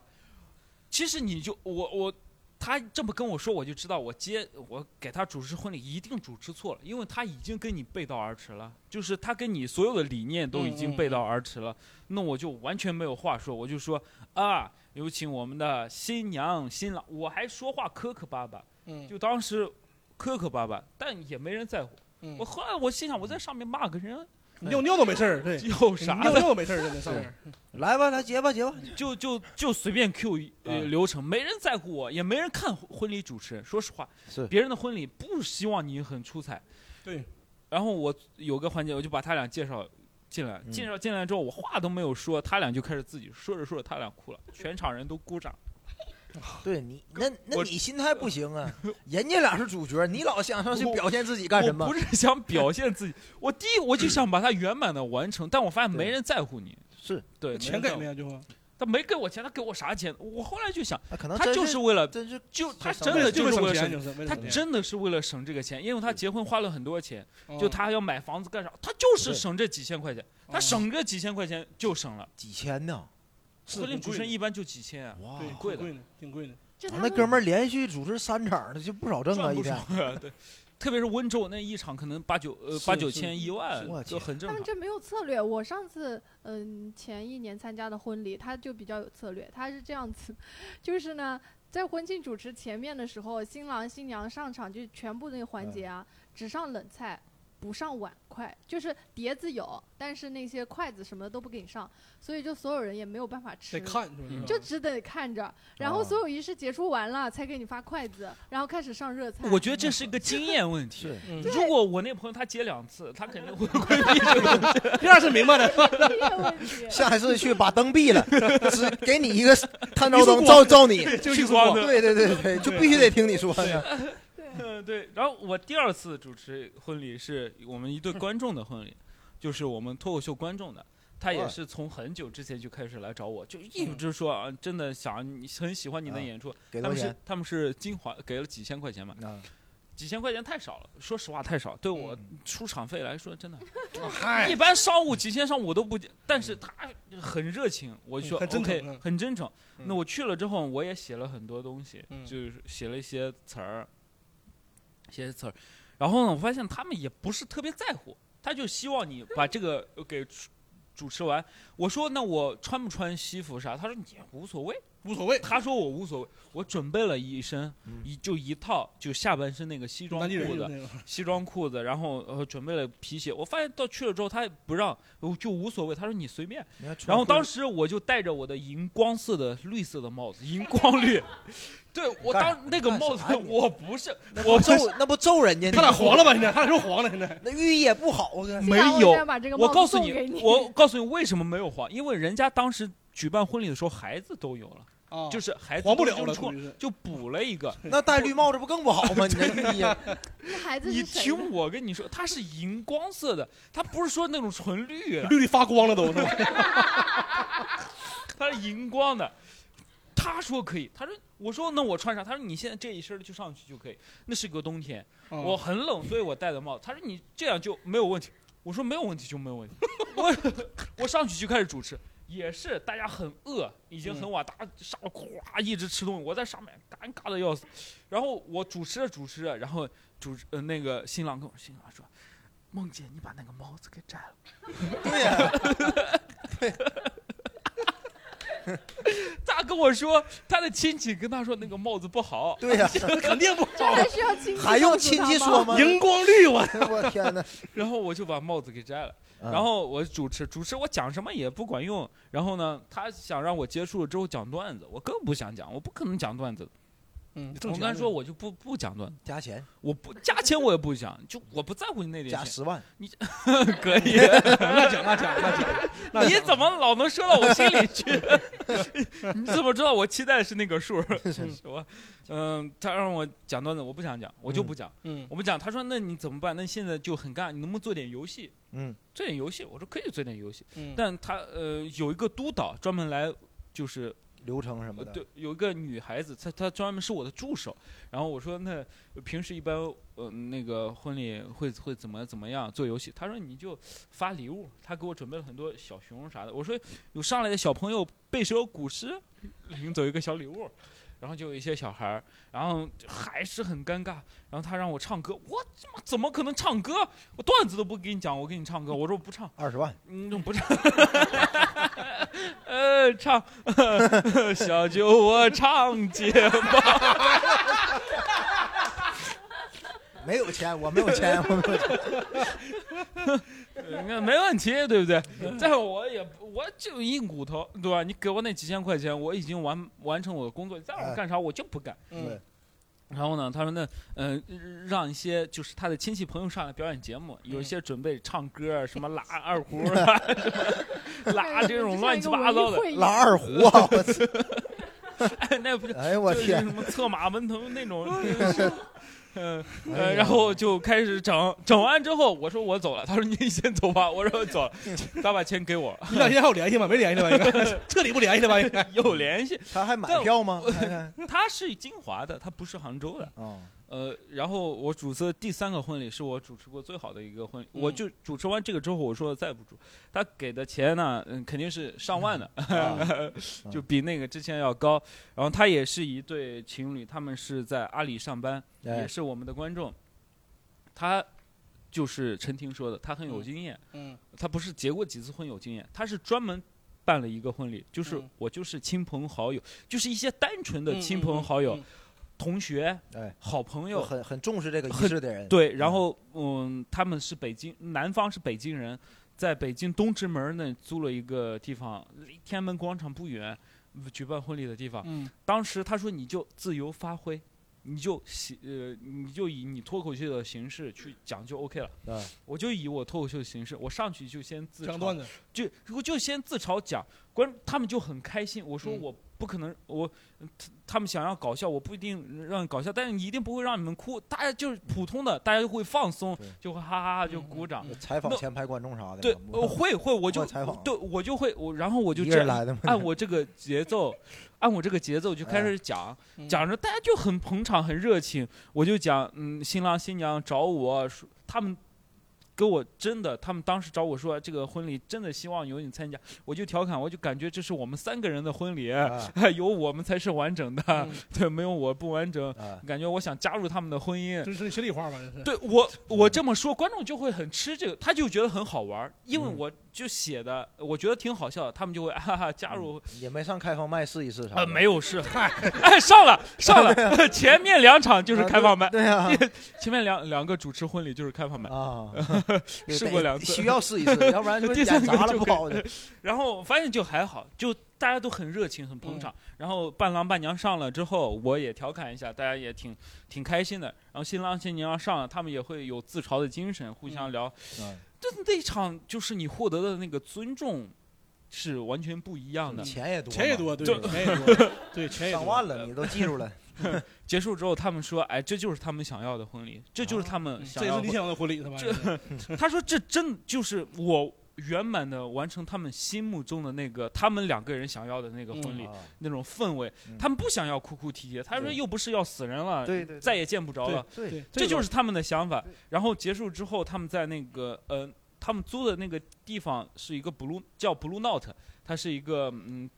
其实你就我我。他这么跟我说，我就知道我接我给他主持婚礼一定主持错了，因为他已经跟你背道而驰了，就是他跟你所有的理念都已
嗯嗯
经
嗯
背道而驰了。那我就完全没有话说，我就说啊，有请我们的新娘新郎，我还说话磕磕巴巴，
嗯
就当时磕磕巴巴，但也没人在乎。我后来我心想，我在上面骂个人，
尿尿都没事儿，对，
有啥
尿尿都没事儿，真的上面。
来吧，来结吧，结吧，
就就就随便 Q 一呃
嗯
流程，没人在乎我，也没人看婚礼主持人。说实话，
是
别人的婚礼不希望你很出彩。
对。
然后我有个环节，我就把他俩介绍进来，
嗯
介绍进来之后，我话都没有说，他俩就开始自己说着说着，他俩哭了，全场人都鼓掌。
对你那那
我
你心态不
[laughs]
行啊，人家俩是主角，你老想上去表现自己干什么？
我不是想表现自己，我第一我就想把它圆满的完成，但我发现没人在乎你。
是
对，
钱给没
有？
啊？最后
他没给我钱，他给我啥钱？我后来就想，
那可能
他
真
就是是为了，
真是
就他
省
真的
就
就是
省
为了
钱
省
就是为了
他
省钱
真的是为了省这个钱，因为他结婚花了很多钱，就
哦
他要买房子干啥，他就是
对
省这几千块
嗯
钱，他省这几千块钱就省了。
几千呢？
是
婚礼
挺
主
贵
持人
的
一般就几千啊，
哇，
嗯对，挺
贵的
贵的，挺贵的。
这他
啊那
们
哥们儿连续主持三场，那就不少挣啊
赚
一
不
天
少。啊。对，特别是温州那一场，可能八九呃
是
八九
是
千一万
是我，
就
天
很正
他们
常。
这没有策略。我上次嗯前一年参加的婚礼，他就比较有策略，他是这样子，就是呢，在婚庆主持前面的时候，新郎新娘上场就全部那个环节啊，只上冷菜。不上碗筷，就是碟子有，但是那些筷子什么的都不给你上，所以就所有人也没有办法吃
得，看是吧
嗯？
就只得看着。然后
哦
所有仪式结束完了，才给你发筷子，然后开始上热菜。
我觉得 [laughs] 这是一个经验问题。
是
嗯
如果我那朋友他结两次，他肯定会 [laughs] 规避这个。
第二次明白了，
这个问题
下一次去把灯闭
[laughs]
了，只给你一个探照灯照照你。
就
去
一次
光
过
的
对对对对，就必须得听你说。
[laughs] 嗯，对。然后我第二次主持婚礼是我们一对观众的婚礼，就是我们脱口秀观众的。他也
哇嗯
是从很久之前就开始来找我，就一直说啊，真的想你很喜欢你的
啊
演出。
给
他
多
们
少
是
钱？
他们是金华给了几千块钱嘛，
啊，
几千块钱太少了，说实话太少，对我
嗯
出场费来说真的，
啊嗨
一，般商务几千商务我都不接，但是他很热情，我就
嗯很真诚
OK，
嗯
很真诚。
嗯
那我去了之后，我也写了很多东西，
嗯
就是写了一些词儿，写一些词儿。然后呢，我发现他们也不是特别在乎，他就希望你把这个呃给主主持完。我说那我穿不穿西服啥？他说你也无所谓。
无所谓。
他说我无所谓，我准备了一身
嗯
一就一套，就下半身那个西装
当地人
裤
就
子
是，那种
[laughs] 西装裤子，然后呃准备了皮鞋。我发现到去了之后，他也不让，我就无所谓，他说你随便。
你看穿
然后当
裤子
时我就戴着我的荧光色的绿色的帽子，荧光绿。 [laughs] 对我
干
当那个
干
帽
啥
子
呀，你
我不是
那
我
不揍那不揍人家？
他俩
你
黄了吧？现在他俩就黄了，现在
那寓意也不好啊。
没
幸好
有
我现在把这个帽
我
子
告诉
送
你
给，
我告诉你为什么没有黄，因为人家当时举办婚礼的时候孩子都有了，
啊，
就是孩子
黄不
都
了
就
了，
出
估计是
就补了一个。
那戴绿帽子不更不好吗？你这
[laughs]
寓意啊
那孩子
你
是谁呢？
听我跟你说，它是荧光色的，它不是说那种纯绿的，
绿的发光
[laughs]
了都是吧？
它是荧光的。他说可以，他说我说那我穿啥？他说你现在这一身就上去就可以。那是个冬天，
啊
我很冷，所以我戴的帽子。他说你这样就没有问题。我说没有问题就没有问题。我我上去就开始主持，也是大家很饿，已经很晚，大家上面咵一直吃东西，我在上面尴尬的要死。然后我主持着主持着，然后主持呃那个新郎跟我新郎说：“梦姐，你把那个帽子给摘了。”
对呀，
他跟我说，他的亲戚跟他说那个帽子不好，
对呀，
[laughs] 肯定不
这还需要亲戚
还
告
用
诉
亲
他
戚
吗
说吗？
荧光绿我。
[laughs] 我天哪！
然后我就把帽子给摘了。
嗯
然后我主持，主持我讲什么也不管用。然后呢，他想让我结束了之后讲段子，我更不想讲，我不可能讲段子。
嗯，
我跟他说，我就不不讲段子，
加钱
我不加钱我也不讲，就我不在乎你那点
加
[laughs]
钱，
十万，
可以。
那讲那讲那讲，
[laughs]
那
你怎么老能说到我心里
[laughs]
去？你怎么知道我期待的是那个数？
嗯
[laughs] 是吧？嗯，他让我讲段子，我不想讲，我就不讲，
嗯
我不讲。他说那你怎么办？那现在就很尬，你能不能做点游戏？
嗯，
做点游戏，我说可以做点游戏，
嗯，
但他呃有一个督导专门来。就是
流程什么
呃
的。
对，有一个女孩子，她她专门是我的助手。然后我说，那平时一般呃那个婚礼会会怎么怎么样做游戏？她说你就发礼物，她给我准备了很多小熊啥的。我说有上来的小朋友背首古诗，领走一个小礼物。然后就有一些小孩儿，然后还是很尴尬。然后他让我唱歌，我他妈怎么可能唱歌？我段子都不给你讲，我给你唱歌。我说我不唱，
二十万，
嗯，不唱， [laughs] 呃，唱， [laughs] 小酒窝唱睫毛。
没有钱，我没有钱，我没有钱。
你看没问题，对不对？但是我也不我就硬骨头，对吧？你给我那几千块钱，我已经完完成我的工作，你再让我干啥我就不干。
嗯
对，
然后呢，他说那嗯、呃让一些就是他的亲戚朋友上来表演节目，有一些准备唱歌，啊什么拉二胡，什 [laughs] 么拉这种乱七八糟的，
拉二胡啊！我操！
哎那不是
哎呦我
就是
天
什！么策马奔腾那 [laughs] 种。嗯，
哎
哎
呃，然后就开始整，整完之后我说我走了，他说你 [laughs] 先走吧，我说我
[laughs]
走了，他把钱给我，
你两天还有联系吗？没联系了吧？应 [laughs] 该彻底不联系了吧？应该。
有联系，
他还买票吗？看看
他是金华的，他不是杭州的。 [laughs]
哦，
呃，然后我主持的第三个婚礼是我主持过最好的一个婚礼，
嗯
我就主持完这个之后，我说再不主，他给的钱呢，嗯，肯定是上万的，
啊
[laughs]
嗯啊
就比那个之前要高。然后他也是一对情侣，他们是在阿里上班，
哎
也是我们的观众。他就是陈婷说的，他很有
嗯
经验，
嗯
他不是结过几次婚有经验，他是专门办了一个婚礼，就是
嗯
我就是亲朋好友，就是一些单纯的亲朋好友、
嗯嗯嗯
同学
哎、
好朋
就
友。
很很重视这个仪
很
式的人。
对，然后嗯，他们是北京，南方是北京人，在北京东直门那租了一个地方，离天安门广场不远，举办婚礼的地方。
嗯
当时他说你就自由发挥，你就喜呃，你就以你脱口秀的形式去讲就 OK 了。
嗯
我就以我脱口秀的形式，我上去就先自
讲
嘲
段，子，
就我就先自嘲讲，观他们就很开心。我说
嗯
我不可能，我他他们想要搞笑，我不一定让你搞笑，但是你一定不会让你们哭。大家就是普通的，大家就会放松
对，啊
就会哈哈哈就鼓掌。
嗯
采访
那
前排观众啥的。
对，
我
呃会会，我就
采访
对我就会我，然后我就
一
这
个人
样 [laughs]
来的吗？
按我这个节奏，按我这个节奏就
哎
开始讲。
嗯
讲着大家就很捧场，很热情。我就讲，嗯，新郎新娘找我说，他们给我真的，他们当时找我说这个婚礼真的希望有你参加，我就调侃，我就感觉这是我们三个人的婚礼，
啊
[laughs] 有我们才是完整的，
嗯
[laughs] 对，没有我不完整。
啊，
感觉我想加入他们的婚姻。
这是心里话吧？这是。
对我，我这么说，观众就会很吃这个，他就觉得很好玩儿，因为
嗯
我就写的，我觉得挺好笑的，他们就会哈哈 [laughs] 加入
也没上开放麦试一试啥的。
呃，没有是， [laughs] 哎，上了上
[laughs]
了，前面两场就是开放麦，
啊对呀，
[laughs] 前面两两个主持婚礼就是开 [laughs] 放麦，
啊，
[laughs] 试过两次
需要试一试，要不然就
[laughs] 第
演
三个
砸了
就
不
可以
好的。
[laughs] 然后发现就还好，就大家都很热情，很捧场。
嗯
然后伴郎伴娘上了之后，我也调侃一下，大家也挺挺开心的。然后新郎新娘上了，他们也会有自嘲的精神，互相聊。
嗯
这那场就是你获得的那个尊重是完全不一样的。
嗯钱也多，
钱也，多，对，
就
钱
[laughs]
也多，对，钱也多
上万了，你都记住了。
结束之后，他们说：“哎，这就是他们想要的婚礼，这就是他们
嗯
想
这也
要的
是理
婚
想的婚礼，他妈的。
他说这真就是我圆满的完成他们心目中的那个他们两个人想要的那个婚礼、
啊
那种氛围、
嗯
他们不想要哭哭啼啼，他说
对
又不是要死人了，
对对，
再也见不着了，
对
对
这就是他们的想法
对。
然后结束之后，他们在那个呃，他们租的那个地方是一个 blue 叫 blue note，它是一个嗯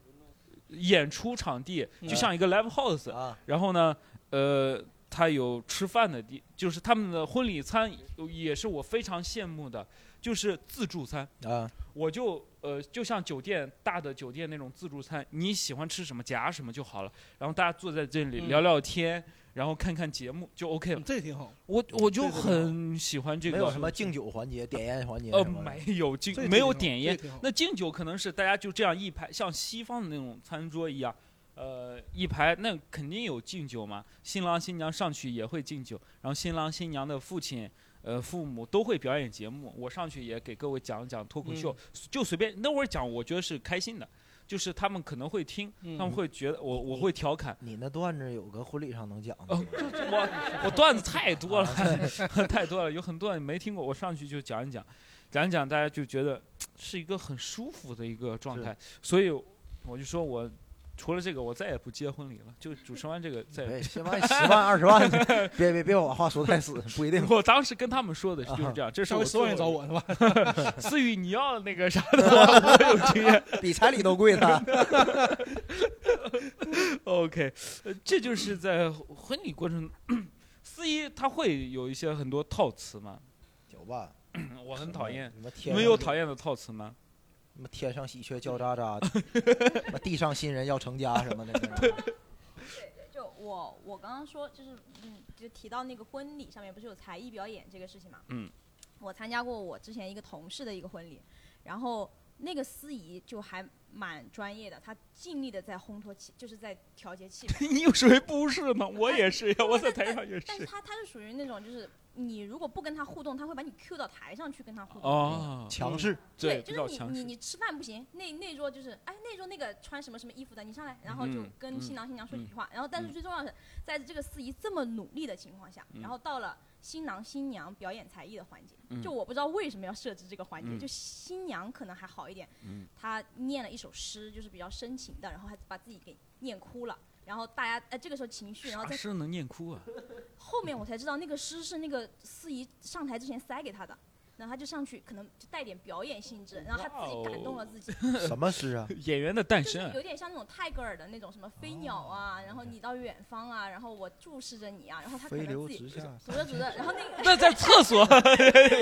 演出场地，
嗯
就像一个 live house，、
啊，
然后呢，呃，他有吃饭的地，就是他们的婚礼餐也是我非常羡慕的，就是自助餐。
啊，
我就呃，就像酒店大的酒店那种自助餐，你喜欢吃什么夹什么就好了。然后大家坐在这里
嗯
聊聊天，然后看看节目就 OK 了
嗯。这也挺好，
我我就
对对对
很喜欢这个。
没有什么敬酒环节、点烟环节
呃，
什么的
没有敬
这也挺好
没有点烟
这，也挺好
那敬酒可能是大家就这样一排，像西方的那种餐桌一样，呃，一排那肯定有敬酒嘛。新郎新娘上去也会敬酒，然后新郎新娘的父亲、呃父母都会表演节目。我上去也给各位讲一讲脱口秀，就随便那会儿讲，我觉得是开心的，就是他们可能会听，
嗯
他们会觉得我我会调侃。
你那段子有个婚礼上能讲的
哦
吗，
[laughs] 我我段子太多了，太多了，有很多你没听过，我上去就讲一讲，讲一讲，大家就觉得是一个很舒服的一个状态，所以我就说我除了这个，我再也不接婚礼了，就主持完这个再也。
对，先把你十万、二十万，别别别把话说太死，不一定
我当时跟他们说的就是这样，这是
下
我
回十万
最
也找
后
我是吧？
的思雨，你要那个啥的话，我有经验。
比彩礼都
[laughs]
贵呢。
OK，呃，这就是在婚礼过程， [clears throat] 司仪他会有一些很多套词嘛，
酒吧，
我很讨厌。
什么
你
天
们有
上
讨厌的套词吗？
什么天
[laughs]
上喜鹊叫喳喳的，什么地上新人要成家什么的。
对对，就
我我刚刚说就是嗯，就提到那个婚礼上面不是有才艺表演这个事情嘛？
嗯，
我参加过我之前一个同事的一个婚礼，然后那个司仪就还蛮专业的，他尽力的在烘托气，就是在调节气
[laughs]
氛。
你有谁不是吗？我也是呀，我在台上也
但
是。
是他他是属于那种就是你如果不跟他互动，他会把你 Q 到台上去跟他互动。
哦，[laughs]
强势，
对，
比较
就是
强
你你
势。
你吃饭不行，那那桌就是哎那桌那个穿什么什么衣服的，你上来，然后就
嗯
跟新郎新娘说几
嗯
句话，然后但是最重要的是，在这个司仪这么努力的情况下，
嗯
然后到了新郎新娘表演才艺的环节，
嗯
就我不知道为什么要设置这个环节，
嗯
就新娘可能还好一点，
嗯
她念了一首诗，就是比较深情的，然后还把自己给念哭了。然后大家呃，这个时候情绪，然后
啥
在
诗能念哭啊？
[laughs] 后面我才知道那个诗是那个司仪上台之前塞给他的，然后他就上去可能就带点表演性
嗯
质，然后他自己感动了自己，
什么诗啊？
哦演员的诞
就是
生啊，
有点像那种泰戈尔的那种什么飞鸟啊，然后你到远方啊，然后我注视着你啊，然后他可
飞
能
流
自己
直下。
读着读着，然后那个
那在厕
[laughs]
所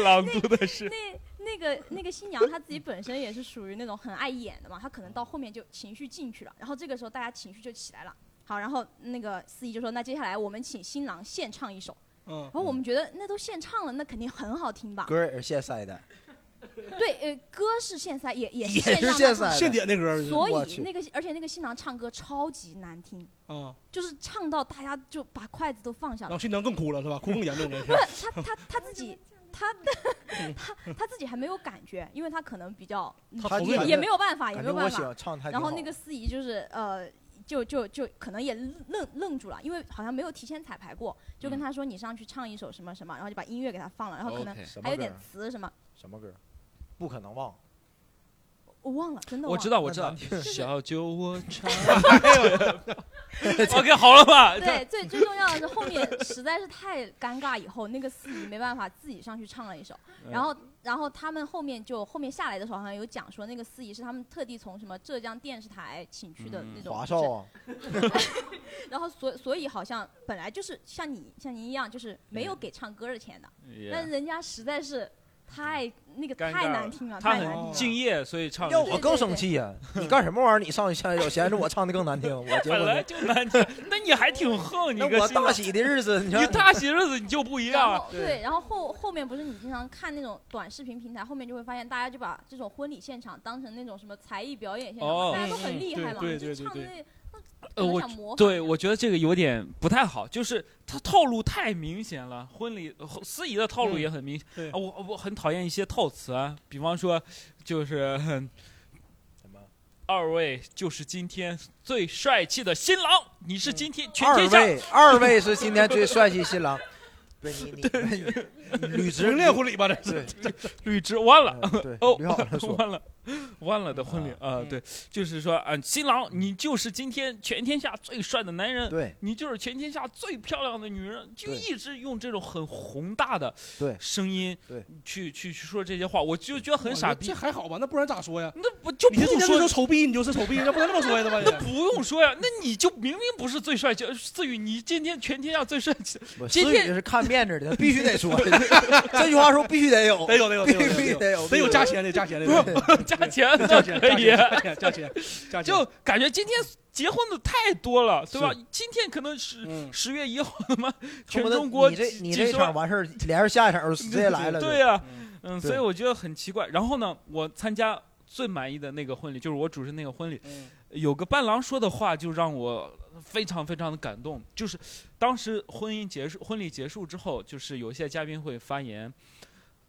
朗读的是
那那个那个新娘她自己本身也是属于那种很爱演的嘛，她可能到后面就情绪进去了，然后这个时候大家情绪就起来了。好，然后那个司仪就说：“那接下来我们请新郎献唱一首。”
嗯
然，后我们觉得那都现唱了，那肯定很好听吧？
歌也是现塞的，
对，呃，歌是现塞，也也
也
是
是
现
现
唱
塞
现
的。
点那歌儿
的，
是
我
所以
去
那个而且那个新郎唱歌超级难听，
啊，
嗯就是唱到大家就把筷子都放下
然
了
后。新娘更哭了是吧？哭更严重了。
不是他他他自己他他他自己还没有感觉，因为他可能比较
他
头
就
也
也
感
也
觉
没有办法，也
感
没
觉
有
我
办
喜
法。
欢唱太
然后那个司仪就是呃。就就就可能也愣愣住了，因为好像没有提前彩排过，就跟
嗯
他说你上去唱一首什么什么，然后就把音乐给他放了，然后可能
OK
什么
还有
歌
点
儿？
词什么，
什么歌儿？不可能忘。
我忘了，真的忘
我
了
知道，我知
那
道
难听。
小酒窝 [laughs] 唱，OK，好了吧？
对，最最重要的是后面 [laughs] 实在是太尴尬，以后那个司仪没办法自己上去唱了一首，然后然后他们后面就后面下来的时候好像有讲说那个司仪是他们特地从什么浙江电视台请去
嗯
的那种，
华少啊，
就是然后所所以好像本来就是像你像您一样就是没有给唱歌的钱的，但是人家实在是太那个
尴尬
太
了
难听了，
他
太
很
难听了。
敬业，所以唱
要
的
我更生气呀！你干什么玩意儿？你上去现在嫌着我唱的更难听，我结
本
婚
来
了。
就难听，那你还挺横，你
那
个
我
新郎
大喜的日子，你
你
看
大喜日子你就不一
然
样，
后对，然后后后面不是你经常看那种短视频平台，后面就会发现大家就把这种婚礼现场当成那种什么才艺表演现场，
哦
啊大家都很厉害嘛，
对
就
对对
唱的
对
那
呃，
那
我
可能想模仿
对，我觉得这个有点不太好，就是他套路太明显了，婚礼呃司仪的套路
嗯
也很明显。
对
啊，我我很讨厌一些套词啊，比方说就是哼
什么
[laughs] 二位就是今天最帅气的新郎，你是今天全
二
天下
位，二位是今天最帅气新郎。对你你你履职
婚恋婚礼吧，这
对
绿植弯了。
嗯对
[laughs] 哦，
捋好了说。
弯了，弯了的婚礼
嗯
啊，对，就是说啊，新郎你就是今天全天下最帅的男人，
对
你就是全天下最漂亮的女人，就
对
一直用这种很宏大的
对
声音，
对
去去去说这些话，我就觉得很傻逼
嗯这。还好吧？那不然咋说呀？
那不就不
你这
用
今天
说
就，丑逼，你就是丑逼，那不能这么说呀，对吧？也
不用说呀，那你就明明不是最帅气，思雨，你今天全天下最帅气，
我
今
思雨
天
是看面
[laughs]
子的，必须得说 [laughs] 这句话，说必须得有，
哎
得有得有
必
得
须
有
必须
得有
得有，
得有加钱得加钱得
加
有
钱
加
那
钱
可以。
加钱加钱加钱，
就感觉今天结婚的太多了，对吧？今天可能是
嗯
十月一号，他
[laughs]
妈全
恨不得
中国
你这
几
你
几
这
十万 [laughs]
场完事儿，连着下一场就直接来了，
对呀、
嗯
嗯，
对
所以我觉得很奇怪。然后呢，我参加最满意的那个婚礼，就是我主持那个婚礼，
嗯
有个伴郎说的话就让我非常非常的感动。就是当时婚姻结束，婚礼结束之后，就是有一些嘉宾会发言，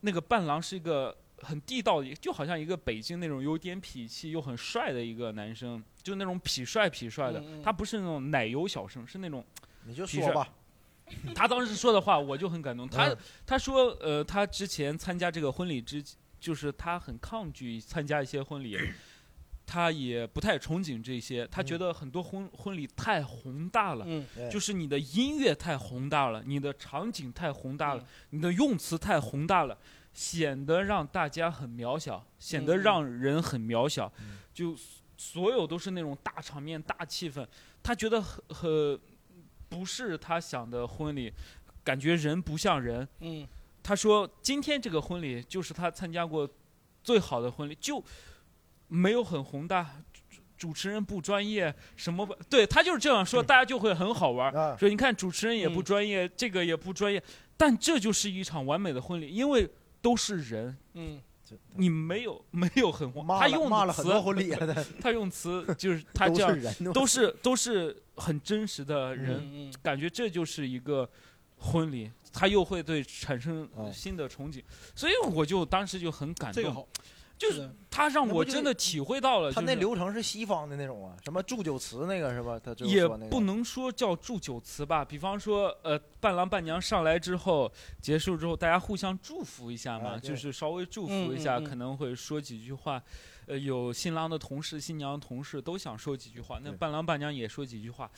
那个伴郎是一个很地道的，就好像一个北京那种有点痞气又很帅的一个男生，就那种痞帅痞帅的，
嗯嗯
他不是那种奶油小生，是那种
你就
的
说
确
吧，
他当时说的话，我就很感动。他
嗯
他说，呃，他之前参加这个婚礼之，就是他很抗拒参加一些婚礼，他也不太憧憬这些，他觉得很多婚婚礼太宏大了。
嗯
对
就是你的音乐太宏大了，你的场景太宏大了，你的用词太宏大了，显得让大家很渺小，显得
嗯嗯
让人很渺小，
嗯
就所有都是那种大场面、大气氛，他觉得很很不是他想的婚礼，感觉人不像人。
嗯
他说今天这个婚礼就是他参加过最好的婚礼，就没有很宏大，主持人不专业，什么不对他就是这样说，大家就会很好玩。
啊，
说你看主持人也不专业，这个也不专业，但这就是一场完美的婚礼，因为都是人，
嗯，
你没有没有很荒，
骂
他
了
用
骂
的
了很多
词，
婚礼啊，
他用词就是 [laughs] 他
都
这
是
样，
人，
都是都是很真实的人，
嗯嗯
感觉这就是一个婚礼，他又会对产生
哎
新的憧憬，所以我就当时就很感
这个
动，
好，
就是是
的
他让
那
我
不就
真的体会到了，
他
就是
那流程是西方的那种啊，什么祝酒词那个是吧？他最后
也
说那个
不能说叫祝酒词吧，比方说，呃，伴郎伴娘上来之后，结束之后，大家互相祝福一下嘛，
啊对
就是稍微祝
嗯
福一
嗯
下，
嗯
可能会说几句话。呃，有新郎的同事、新娘的同事都想说几句话，那
对
伴郎伴娘也说几句话。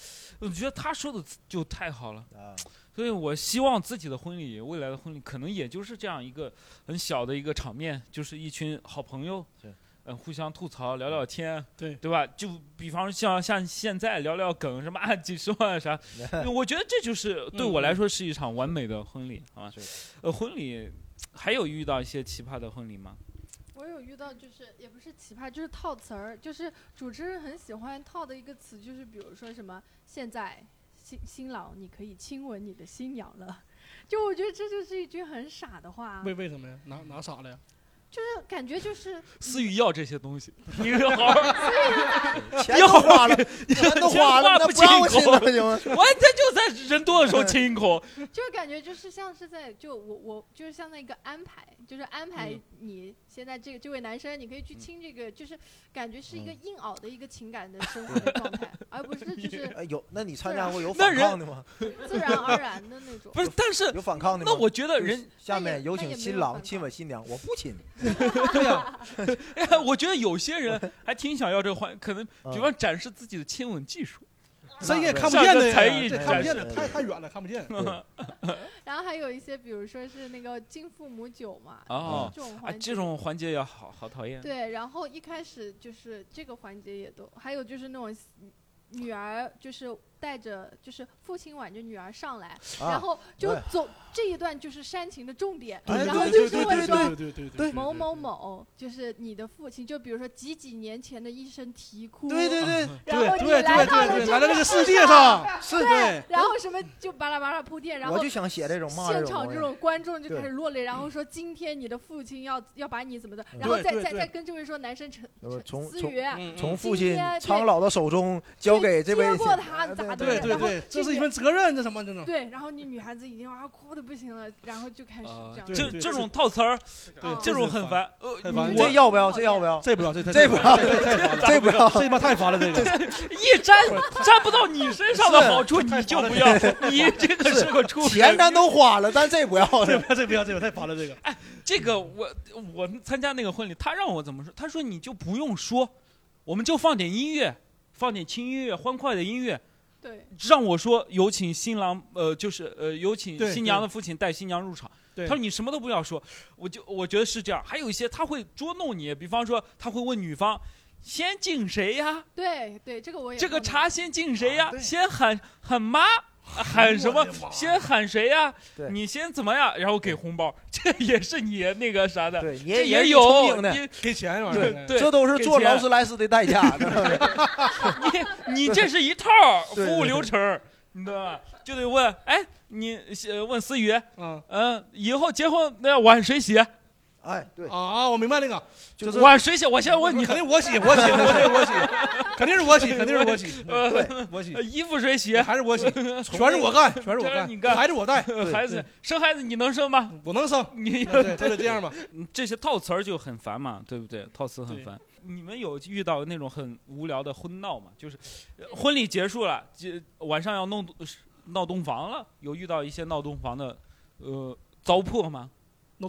我觉得他说的就太好了，
啊，
所以我希望自己的婚礼，未来的婚礼可能也就是这样一个很小的一个场面，就是一群好朋友
是，
嗯，互相吐槽聊聊天，
对
对吧？就比方像像现在聊聊梗什么啊几十万啥，我觉得这就是对我来说是一场完美的婚礼，好吧
是？
呃，婚礼还有遇到一些奇葩的婚礼吗？
我有遇到，就是也不是奇葩，就是套词儿，就是主持人很喜欢套的一个词，就是比如说什么现在新新郎你可以亲吻你的新娘了，就我觉得这就是一句很傻的话，
为为什么呀？拿拿傻了呀？
就是感觉就是
思雨要这些东西，你好好，
钱都花了，钱都花了，
话
那
不
不让我
亲
亲
口
了不行吗？
[laughs] 我这就在人多的时候亲一口，
就是感觉就是像是在就我我就是像那个安排，就是安排
嗯
你现在这个这位男生，你可以去亲这个，就是感觉是
嗯
一个硬熬的一个情感的生活的状态，而不是
[laughs]
就是
哎，有，那你参加过有
啊那
反
人
抗的吗？
自然而然的那种。
不是？但是
有反抗的吗？
那我觉得
就是
人，
下
那也
面有
那也
请
没
新
有
郎
反
亲
抗
吻新娘，我不亲，
对呀、哎 [laughs] 我觉得有些人还挺想要这个环，可能
嗯
比方展示自己的亲吻技术，
这也看不
上
见
个
的呀，
才艺
这看不见的，太太远了，看
[laughs]
不见。
啊
对
然后还有一些，比如说是那个敬父母酒嘛，
哦
这种
啊，
环节，
这种环节也好好讨厌。
对。然后一开始就是这个环节也都，还有就是那种女儿就是带着就是父亲挽着女儿上来，然
啊，
后就
对
走这一段就是煽情的重点，
哎
然
对
后
对对
就是会
对
说。
对对
某某，某，就是你的父亲，就比如说几几年前的一声啼哭，
对对对，
然后你
对对
来到
对
了
对，
这
来到这个
个
世界上，是对，
然后什么就巴拉巴拉铺垫，然后
我就想写这种骂
现
种
场
东
这
西
种观众就
对
开始落泪，然后说今天你的父亲要要把你怎么的，
嗯
然后
对
再
对
再
对
再跟这位说男生陈
呃
陈
从
思
从
雨
嗯
从
嗯
父亲
今天对
苍老的手中交给这位
啊接
新
过他咋的，
对对
然后
对，这是一份责任，这什么这种？
对，然后你女孩子已经啊哭的不行了，然后就开始
啊
这样
对
这
子，
这种套词儿，
对，
这种很烦。呃，
很烦
这
我
要不要？这要不要？
这不要，这
这不要
这太
[laughs]
[laughs]
烦了，
这不要，
这他妈太烦了，这个
一沾沾不到你身上的好处，你就不要。你这个是个出
钱
人。
咱都花了，但这不要
这
了。
不要，这不要，这个太烦了，这个。
这个我我参加那个婚礼，他让我怎么说？他说你就不用说，我们就放点音乐，放点轻音乐，欢快的音乐，
对，
让我说，有请新郎，呃，就是呃，有请
对
新娘的父亲带新娘入场。
对
他说你什么都不要说，我就我觉得是这样。还有一些他会捉弄你，比方说他会问女方，先敬谁呀？
对对，这个我也
这个
碰到
茶先敬谁呀
哎啊？对哎
先喊喊妈。啊喊什么
我的妈？
先喊谁呀
对？
你先怎么样？然后给红包，这也是你那个啥的，
对，你
这
也是聪
有
明的，嗯
你
给钱
啊
这玩意儿，
对
这都是
给
坐
钱
劳斯莱斯的代价。知道吗
你这是一套
对
服务流程，你知道吧？就得问，哎，你呃问思雨，
啊
嗯，以后结婚那碗谁洗？
哎，对，
啊，我明白那个，就是
碗谁洗？我先问你
肯，定我洗，我洗，我洗，
[laughs]
我洗，肯定是我洗，肯定是我洗，
呃， [laughs]
我洗，
衣服谁洗？
还
[laughs]
是我洗，全是我干，全是我干，孩子我带，
呃孩子生孩子你能生吗？
我
[laughs]
能生，
你
对，就得这样吧。
这些套词儿就很烦嘛，对不对？套词很烦。你们有遇到那种很无聊的婚闹吗？就是呃婚礼结束了，结晚上要弄闹洞房了，有遇到一些闹洞房的呃糟粕吗？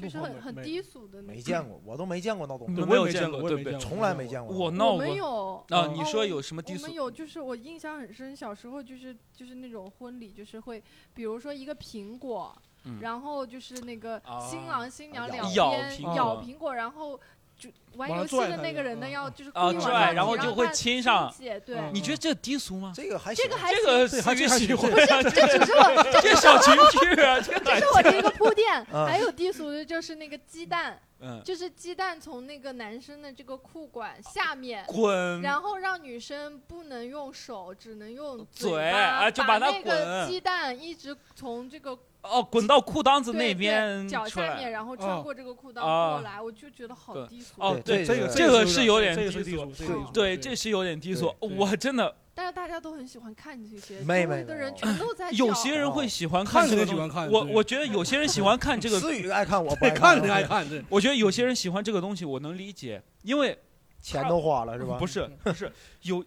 就是很很低俗的那
没
种，
见过，我都没见过闹洞
你
房，
我
没有
没
见
过，
过
我也没
对
见
不
过，
从来没见过。
我闹
我
过
们有
啊！
嗯
你说有什么低
哦我
俗
们？有，就是我印象很深，小时候就是就是那种婚礼，就是会，比如说一个苹果，
嗯
然后就是那个
啊
新郎新娘
咬
两
咬
边
苹
咬
果
苹果，然后就玩
往上
游戏
拽
的
他
那
就
个人呢，
嗯
要就是故
啊
意往
拽
上
然后
挤
就
让
会
他
亲上
亲姐对，
嗯
你觉得这低俗吗？
这个还行
这个还
这个
行，
属
还
于
这还
喜
行
欢啊，
这只是我这
这小情趣啊，这
这是我的一个铺
[laughs]
垫。
嗯
还有低俗的就是那个鸡蛋，
嗯，
就是鸡蛋从那个男生的这个裤管下面。
滚，
然后让女生不能用手，只能用
嘴
巴
啊就把
把
它
那个
滚
鸡蛋一直从这个
哦，滚到裤裆子
对
那
对
边
脚
出
下
来。
面，然后
哦
穿过这个裤裆
啊
过来，我就觉得好
对
低俗。
哦，
对
这个
这
这个
是
是有点
这个
低
是低
俗
俗，这
对
个低俗
对，这是有点低俗。
对对
我真的，
但是大家都很喜欢看这些，
没
周围
没
的
没
人
有
全都在
有
叫
些人会喜欢
哦看
这
着
个
就喜
东
欢
西。
看，
我
对
我觉得有些人喜欢看这个，
思雨爱看我不
对
爱
看
我
着爱看，对，
我觉得有些人喜欢这个东西，我能理解，因为
钱都花了是吧？
不
[laughs]
是不是有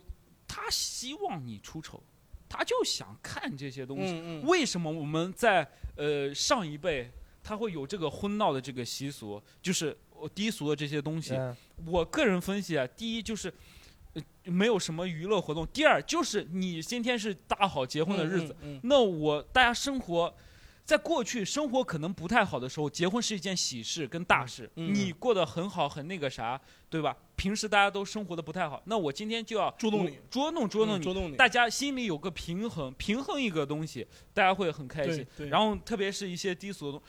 他希望你出丑，他就想看这些东西。
嗯嗯，
为什么我们在呃上一辈他会有这个婚闹的这个习俗，就是呃低俗的这些东西？
嗯
我个人分析啊，第一就是。呃没有什么娱乐活动。第二就是你今天是大好结婚的日子，
嗯，
那我大家生活，在过去生活可能不太好的时候，结婚是一件喜事跟大事，
嗯嗯
你过得很好，很那个啥，对吧？平时大家都生活的不太好，那我今天就要
捉弄你，
捉弄捉弄
嗯
你，
捉弄你，
大家心里有个平衡，平衡一个东西，大家会很开
对
心。
对，
然后特别是一些低俗的东，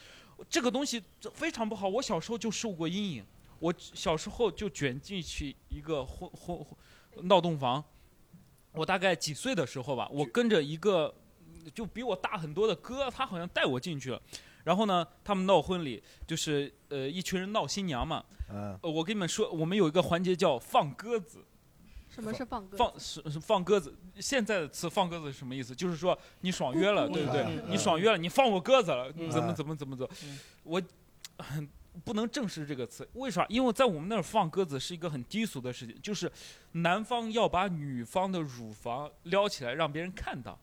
这个东西非常不好。我小时候就受过阴影，我小时候就卷进去一个婚婚婚闹洞房。我大概几岁的时候吧，我跟着一个就比我大很多的哥，他好像带我进去了。然后呢，他们闹婚礼，就是呃一群人闹新娘嘛。
嗯，
呃我跟你们说，我们有一个环节叫放鸽子。
什么是放歌？
放是是放鸽子，现在的词放鸽子是什么意思？就是说你爽约了，对不对？
嗯
你爽约了，你放我鸽子了，
嗯
怎么
嗯
怎么怎么怎么
嗯
我很不能正视这个词，为啥？因为在我们那儿放鸽子是一个很低俗的事情，就是男方要把女方的乳房撩起来让别人看到，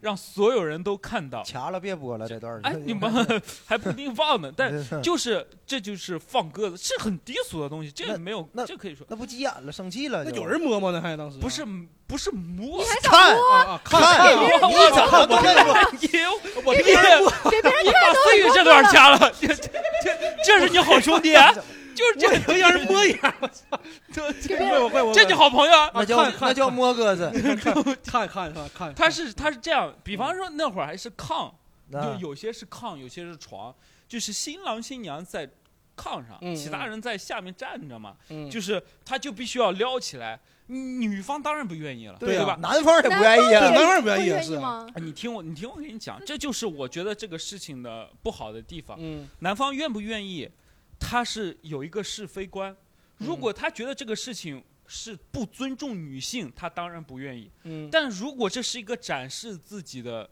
让所有人都看到。
掐了别播了这段儿。
哎，你
[laughs]
们 [laughs] 还不一定放呢，但就是这就是放鸽子，是很低俗的东西，这
那
也没有
那，
这可以说
那不急眼了，生气了
那
就。
有人摸吗？那还当时
不是不是摸。
看
啊啊，
看，
看
你怎么
哎
啊
看
也有
我
你你把思雨这段掐了，这这这这是你好兄弟啊，就是这
能让人摸一下，
这
这会我会我
这就好朋友啊。
那叫
看看
那叫摸鸽子。
看看是吧？看
他是他是这样，比方说那会儿还是炕，就
嗯
啊
有些是炕，有些是床，就是新郎新娘在炕上，
嗯
其他人在下面站着嘛，
嗯
就是他就必须要撩起来，女方当然不愿意了，
对啊
吧？
南方也不愿意
[laughs] 对
啊。
男孩儿不愿
会
意也
愿
是
意
啊
吗？
啊你听我，你听我跟你讲，这就是我觉得这个事情的不好的地方。
嗯
男方愿不愿意，他是有一个是非观。如果他觉得这个事情是不尊重女性，他当然不愿意。
嗯，
但如果这是一个展示自己的，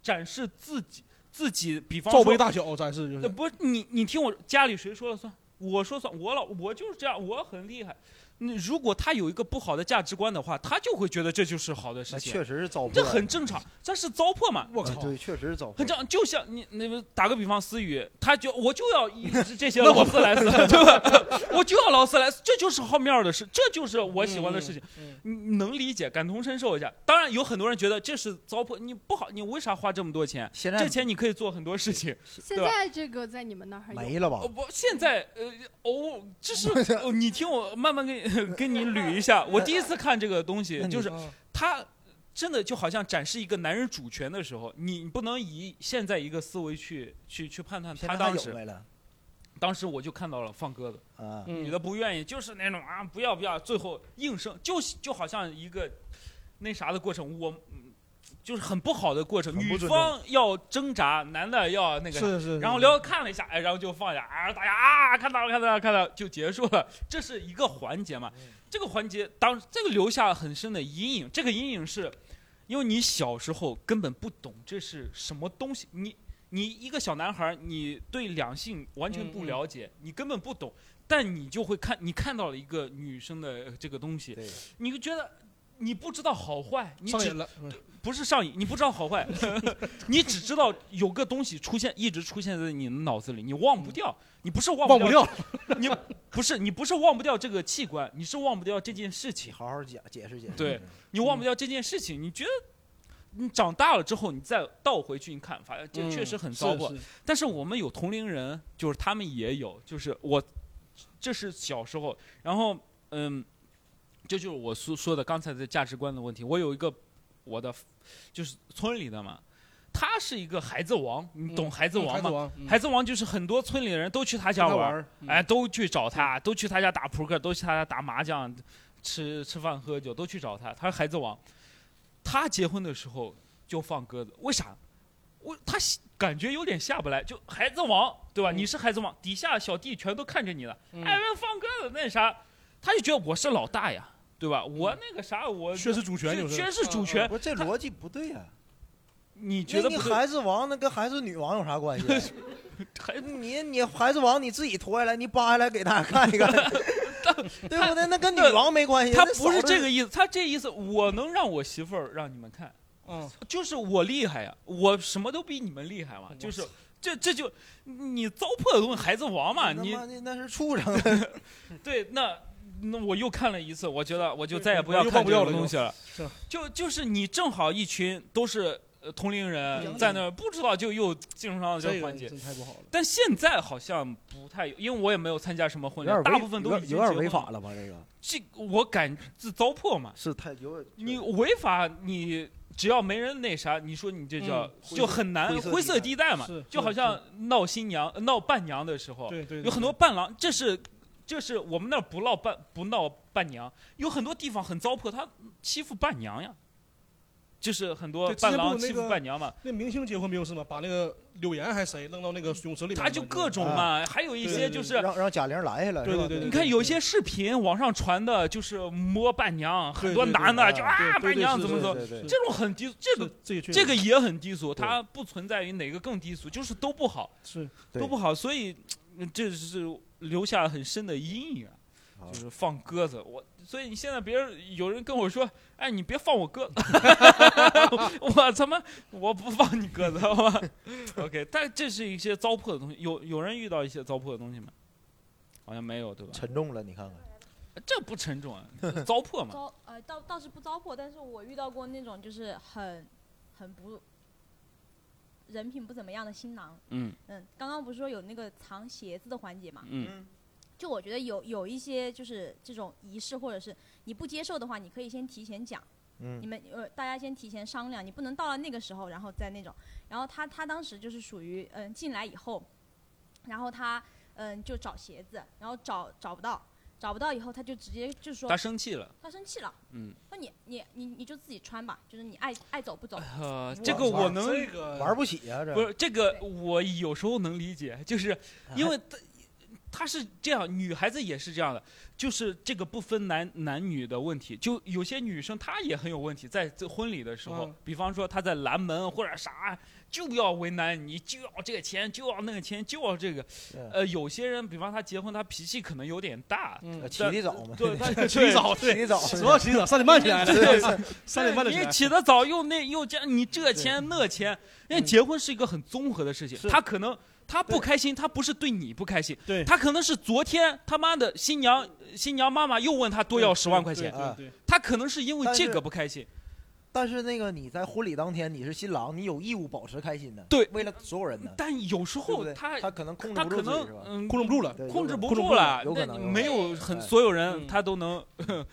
展示自己自己，比方
罩
说，
杯大小展示就
呃
是，
不是你你听我，家里谁说了算？我说算，我老我就是这样，我很厉害。你如果他有一个不好的价值观的话，他就会觉得这就是好的事
那
情，
确实是糟粕，
这很正常，这是糟粕嘛。
我
啊
靠，
对，确实是糟
很正
粕。
常，就像你那个打个比方，思雨，他就我就要一这些劳斯莱斯，对吧？我就要劳斯莱斯，这就是好面儿的事，这就是我喜欢的事情，
嗯
你你能理解，感同身受一下。当然，有很多人觉得这是糟粕，你不好，你为啥花这么多钱？
现
这
在
钱你可以做很多事情。
现
对吧啊
在这个在你们那儿还有
没了吧
哦？不，现在呃，哦，这是、哦你听我慢慢给 [laughs] 你跟你捋一下。我第一次看这个东西
那，你
就是
啊
他真的就好像展示一个男人主权的时候，你不能以现在一个思维去去去判断
现
他
在
当
有
时。
没了
当时我就看到了放鸽子，
啊？
嗯
女的不愿意，就是那种啊不要不要，最后硬生就就好像一个嗯那啥的过程，我嗯就是很不好的过程，
很不
女
尊重
方要挣扎，男的要那个啥
是是，
然后
聊
撩看了一下，哎，然后就放下，啊，大家啊，看到了，看到了，看到了，就结束了。 [laughs] 这是一个环节嘛，这个环节当这个留下很深的阴影，这个阴影是，因为你小时候根本不懂这是什么东西，你你一个小男孩，你对两性完全不了解，你根本不懂，但你就会看，你看到了一个女生的呃这个东西，
对，
你就觉得。你不知道好坏，你
上
只
瘾了，
不是上瘾，你不知道好坏， [laughs] 你只知道有个东西出现，一直出现在你的脑子里，你忘不掉，你不是忘
忘
不
不掉，
你不是你不是忘不掉这个器官，你是忘不掉这件事
你
情，
好好解解释解释。
对，你忘不掉这件事情，你觉得你长大了之后，你再倒回去，你看，发现这确实很糟粕。
是，
但是我们有同龄人，就是他们也有，就是我这是小时候。然后，嗯，这就是我所说的刚才的价值观的问题。我有一个我的就是村里的嘛，他是一个孩子王，你懂孩子王
孩子
吗？
王，嗯
孩子王就是很多村里的人都去他家
跟他
玩儿，
儿，嗯
哎，，都去找他，都去他家打扑克，都去他家打麻将，吃吃饭喝酒，都去找他。他是孩子王，他结婚的时候就放鸽子，为啥？我他喜感觉有点下不来，就孩子王对吧？
嗯
你是孩子王，底下小弟全都看着你了，
嗯
哎，放鸽子那啥，他就觉得我是老大呀，对吧？
嗯
我那个啥，我
宣誓主权
就
就是
宣誓主
不
权，
是这逻辑不对呀、
你
那
觉得
你
不对？
孩子王那跟孩子女王有啥关系？啊
[laughs]
嗯
还
你你孩子王你自己脱下来，你扒下来给大家
[laughs]
看一看，对不对？那跟女王没关系。
他
那
不是
嫂子
这个意思，他这意思，我能让我媳妇儿让你们看。
嗯，
就是我厉害呀、我什么都比你们厉害嘛，就是这这就你糟粕的东西，孩子王嘛，
他
你
妈的那是畜生，啊
对那那我又看了一次，我觉得我就再也不
我
要
又
看
忘不
这
掉
种
了
东
就
西了
是，
就就是你正好一群都是呃同龄人
嗯
在那儿，不知道就又进入到这
这
个
个
环节。
真太不好了。
但现在好像不太有，因为我也没有参加什么婚礼，大部分都已经
有
结
点
婚
违
了
法。了吧？这个
这我感自糟粕嘛，
是太有
你违法，你只要没人那啥，你说你这叫、
嗯
就很难
灰色
灰色地带嘛
是，
就好像闹新娘、闹伴娘的时候，
对对，对
哦有很多伴郎，这是这是我们那儿不闹伴不闹伴娘，有很多地方很糟粕，他欺负伴娘呀，就是很多
对之前
伴郎
不是
欺
那
负
个
伴娘嘛，
那明星结婚不就是吗？把那个柳岩还谁扔到那个泳池里面了，
他就各种嘛，还有一
对
些
对
就是。
让让贾玲拦下来，
对
是吧
对对
你看有一些视频网上传的，就是摸伴娘，
对
很多
对对
男的就
啊
啊
对对
伴娘
是
怎么
是
怎么，
对对对
是
这种很低，这个
这个确
这个
实
也很低俗，
对
它不存在于哪个更低俗，就是都不好，
是
对
都不好，所以嗯这是留下很深的阴影啊。
好
就是放鸽子，我所以你现在别人有人跟我说，哎，你别放我
[laughs]
鸽子， [laughs] 我他妈我不放你鸽子，好吧？OK，但这是一些糟粕的东西，有有人遇到一些糟粕的东西吗？好像没有，对吧？
沉重了，你看看。
这不沉重啊，糟粕 [laughs] 嘛。
糟呃倒倒是不糟粕，但是我遇到过那种就是很很不人品不怎么样的新郎。
嗯
嗯，刚刚不是说有那个藏鞋子的环节嘛？
嗯
就我觉得有有一些就是这种仪式，或者是你不接受的话，你可以先提前讲。你
嗯，
们呃，大家先提前商量，你不能到了那个时候，然后再那种。然后他他当时就是属于嗯、进来以后，然后他嗯、就找鞋子，然后找找不到，找不到以后他就直接就说
他生气了，
他生气了，
嗯，
那你你你你就自己穿吧，就是你爱爱走不走。
呃，这个我能
这个
玩不起啊，这
不是这个，
对
我有时候能理解，就是
啊
因为他他是这样，女孩子也是这样的，就是这个不分男男女的问题。就有些女生她也很有问题，在这婚礼的时候
嗯，
比方说她在拦门或者啥，就要为难你，就要这个钱，就要那个钱，就要这个。呃，有些人，比方他结婚，他脾气可能有点大，
嗯，
起得早嘛，
对，
[laughs]
他
起得
对
早，
[laughs] 起
对，
得早，
主要起得早，三点半起来了，
对
三点半就起
你
来。
起得早，又那又这样，你这钱那钱，人家
嗯
结婚是一个很综合的事情，
是
他可能。他不
对
开心，他不是对你不开心，
对
他可能是昨天他妈的新娘新娘妈妈又问他多要十万块钱，嗯
对对对
他可能是因为
但
这
是
个不开心。
但是那个你在婚礼当天你是新郎，你有义务保持开心的，
对
为了所有人呢，
但有时
嗯对不
候
对？
他
他可能控制
他
不住
可
自己
能
是吧？
嗯
控制不住了，
对有
控
可
制
能
不
控制
住
不
了，
有可
那
能有
没
可
有
能
很
哎
所有人
嗯
他都能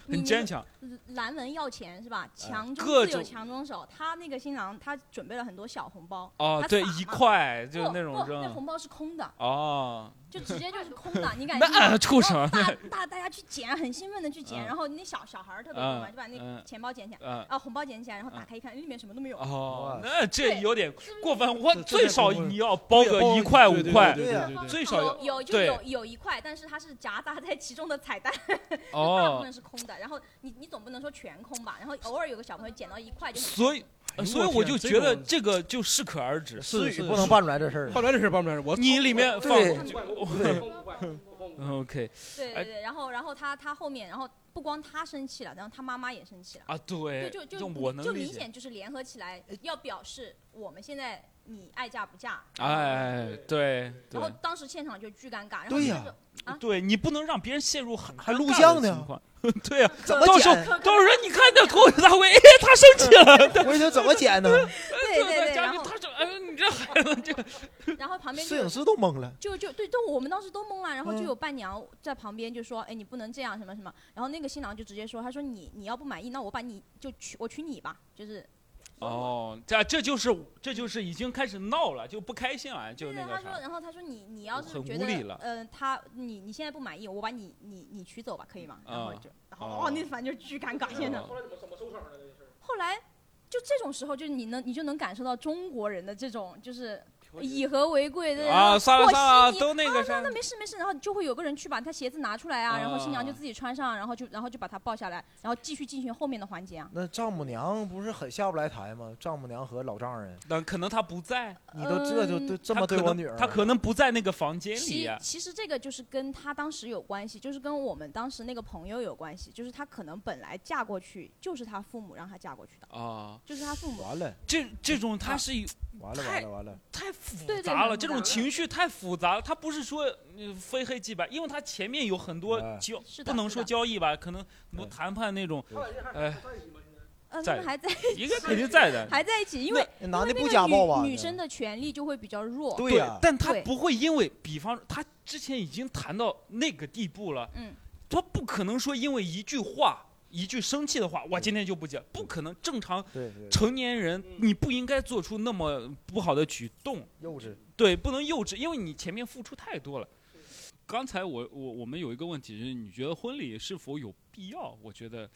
你
很坚强。
拦门要钱是吧？强中
各
自有
种
强中手。他那个新郎他准备了很多小红包，
哦，
他
对，
撒
一
嘛
块就是
不
那种
不那
扔
红包是空的，
哦，
就直接就是空的，你敢信吗？
那啊畜生
然后哦大大大家去捡，很兴奋的去捡，
嗯
然后那小小孩儿特别多嘛，
嗯
就把那
嗯
钱包捡起来，
嗯
啊，红包捡起来，然后打开一看，哎里面什么都没有。
哦
哇，
那这
对嗯
有点
是不是
[laughs] 过分，我
这这
最
太
少
过分
你要包
对
个
包
一块
对
五
对
块，
对
对呀
对对对，
最少要
有有就
对
有有一块，但是它是夹杂在其中的彩蛋， [laughs] 大部
哦
分，是空的。然后你你总不能说全空吧？然后偶尔有个小朋友捡到一块就很
所以
哎呦
所以
我
我
天
就
这
觉得
种
这个就适可而止。
思
是
雨
是
不能，办出来这事儿
[laughs]
是
来，
办不来这事儿，办不来这事儿，我
你里面放
对
[laughs]
对，我不管我不管
OK
对
哎
对对。然后然后他他后面，然后不光他生气了，然后他妈妈也生气了。
啊，对，
就就
这
就
我能
就
理
明
解。
显就是联合起来要表示我们现在你爱嫁不嫁，
哎，对
然后
对
当时现场就巨尴尬，然后
对
就
呀
是啊
对，你不能让别人陷入很
还
尴
录
尬的
像呢
情况。 [laughs] 对
[laughs]
呀，
怎么
到时候
剪？
到时候你看那脱口秀大会，哎，他生气了，
回头怎么剪
[laughs]
呢？
对对
在
对，
家
然
里
后
他说，哎，你这这孩子这
然后旁边就
摄影师都懵了。
就就对，都我们当时都懵了，然后啊就
嗯
有伴娘在旁边就说：“哎，你不能这样什么什么。”然后那个新郎就直接说：“他说你你要不满意，那我把你就娶我娶你吧。”就是
哦，这这就是这就是已经开始闹了，就不开心了，就
对，
那
他
个
说，
啥。
然后他说你你要是
很
觉
无理了
得呃他你你现在不满意，我把你你你娶走吧，可以吗？然后
嗯
就然后哦
哦
那反正就巨尴尬，现在
哦
后来怎么怎么收场的这件事？
后来。就这种时候，就你能，你就能感受到中国人的这种，就是以和为贵的
啊，算了
和
算
稀
了，
泥
都那个啥
那。没事没事，然后就会有个人去把他鞋子拿出来啊，然后新娘就
啊
自己穿上，然后就然后就把他抱下来，然后继续进行后面的环节啊。
那丈母娘不是很下不来台吗？丈母娘和老丈人，
那嗯可能他不在，
你都这就
嗯
对这
他
么
可
对我
能
女儿，
他可能不在那个房间里
其
呀。
其实这个就是跟他当时有关系，就是跟我们当时那个朋友有关系，就是他可能本来嫁过去就是他父母让他嫁过去的，
啊，
就是他父母。
完了
这这种他
啊
是有
完了完了完了，
太复
对对
杂了，
很
这
复
种
杂
情绪太复杂了。他不是说呃非黑即白，因为他前面有很多
哎
交，
是的
不能
是
说
的嗯
交易吧，可能什么
对
谈判那种，
他俩现在还
哎
还在一起吗？现在？
呃，他
在
们还
[laughs]
在
应该肯定在的。
还在一起，因为
那男的
因
不
为那个
家暴
女
吧？
女生的权利就会比较弱。
对啊呀，
但他
对
不会因为，比方他之前已经谈到那个地步了，
嗯，
他不可能说因为一句话，一句生气的话，我今天就不结，不可能。正常
对对，
成年人
嗯
你不应该做出那么不好的举动，
幼稚，
对，不能幼稚，因为你前面付出太多了。刚才我我我们有一个问题是，你觉得婚礼是否有必要？我觉得，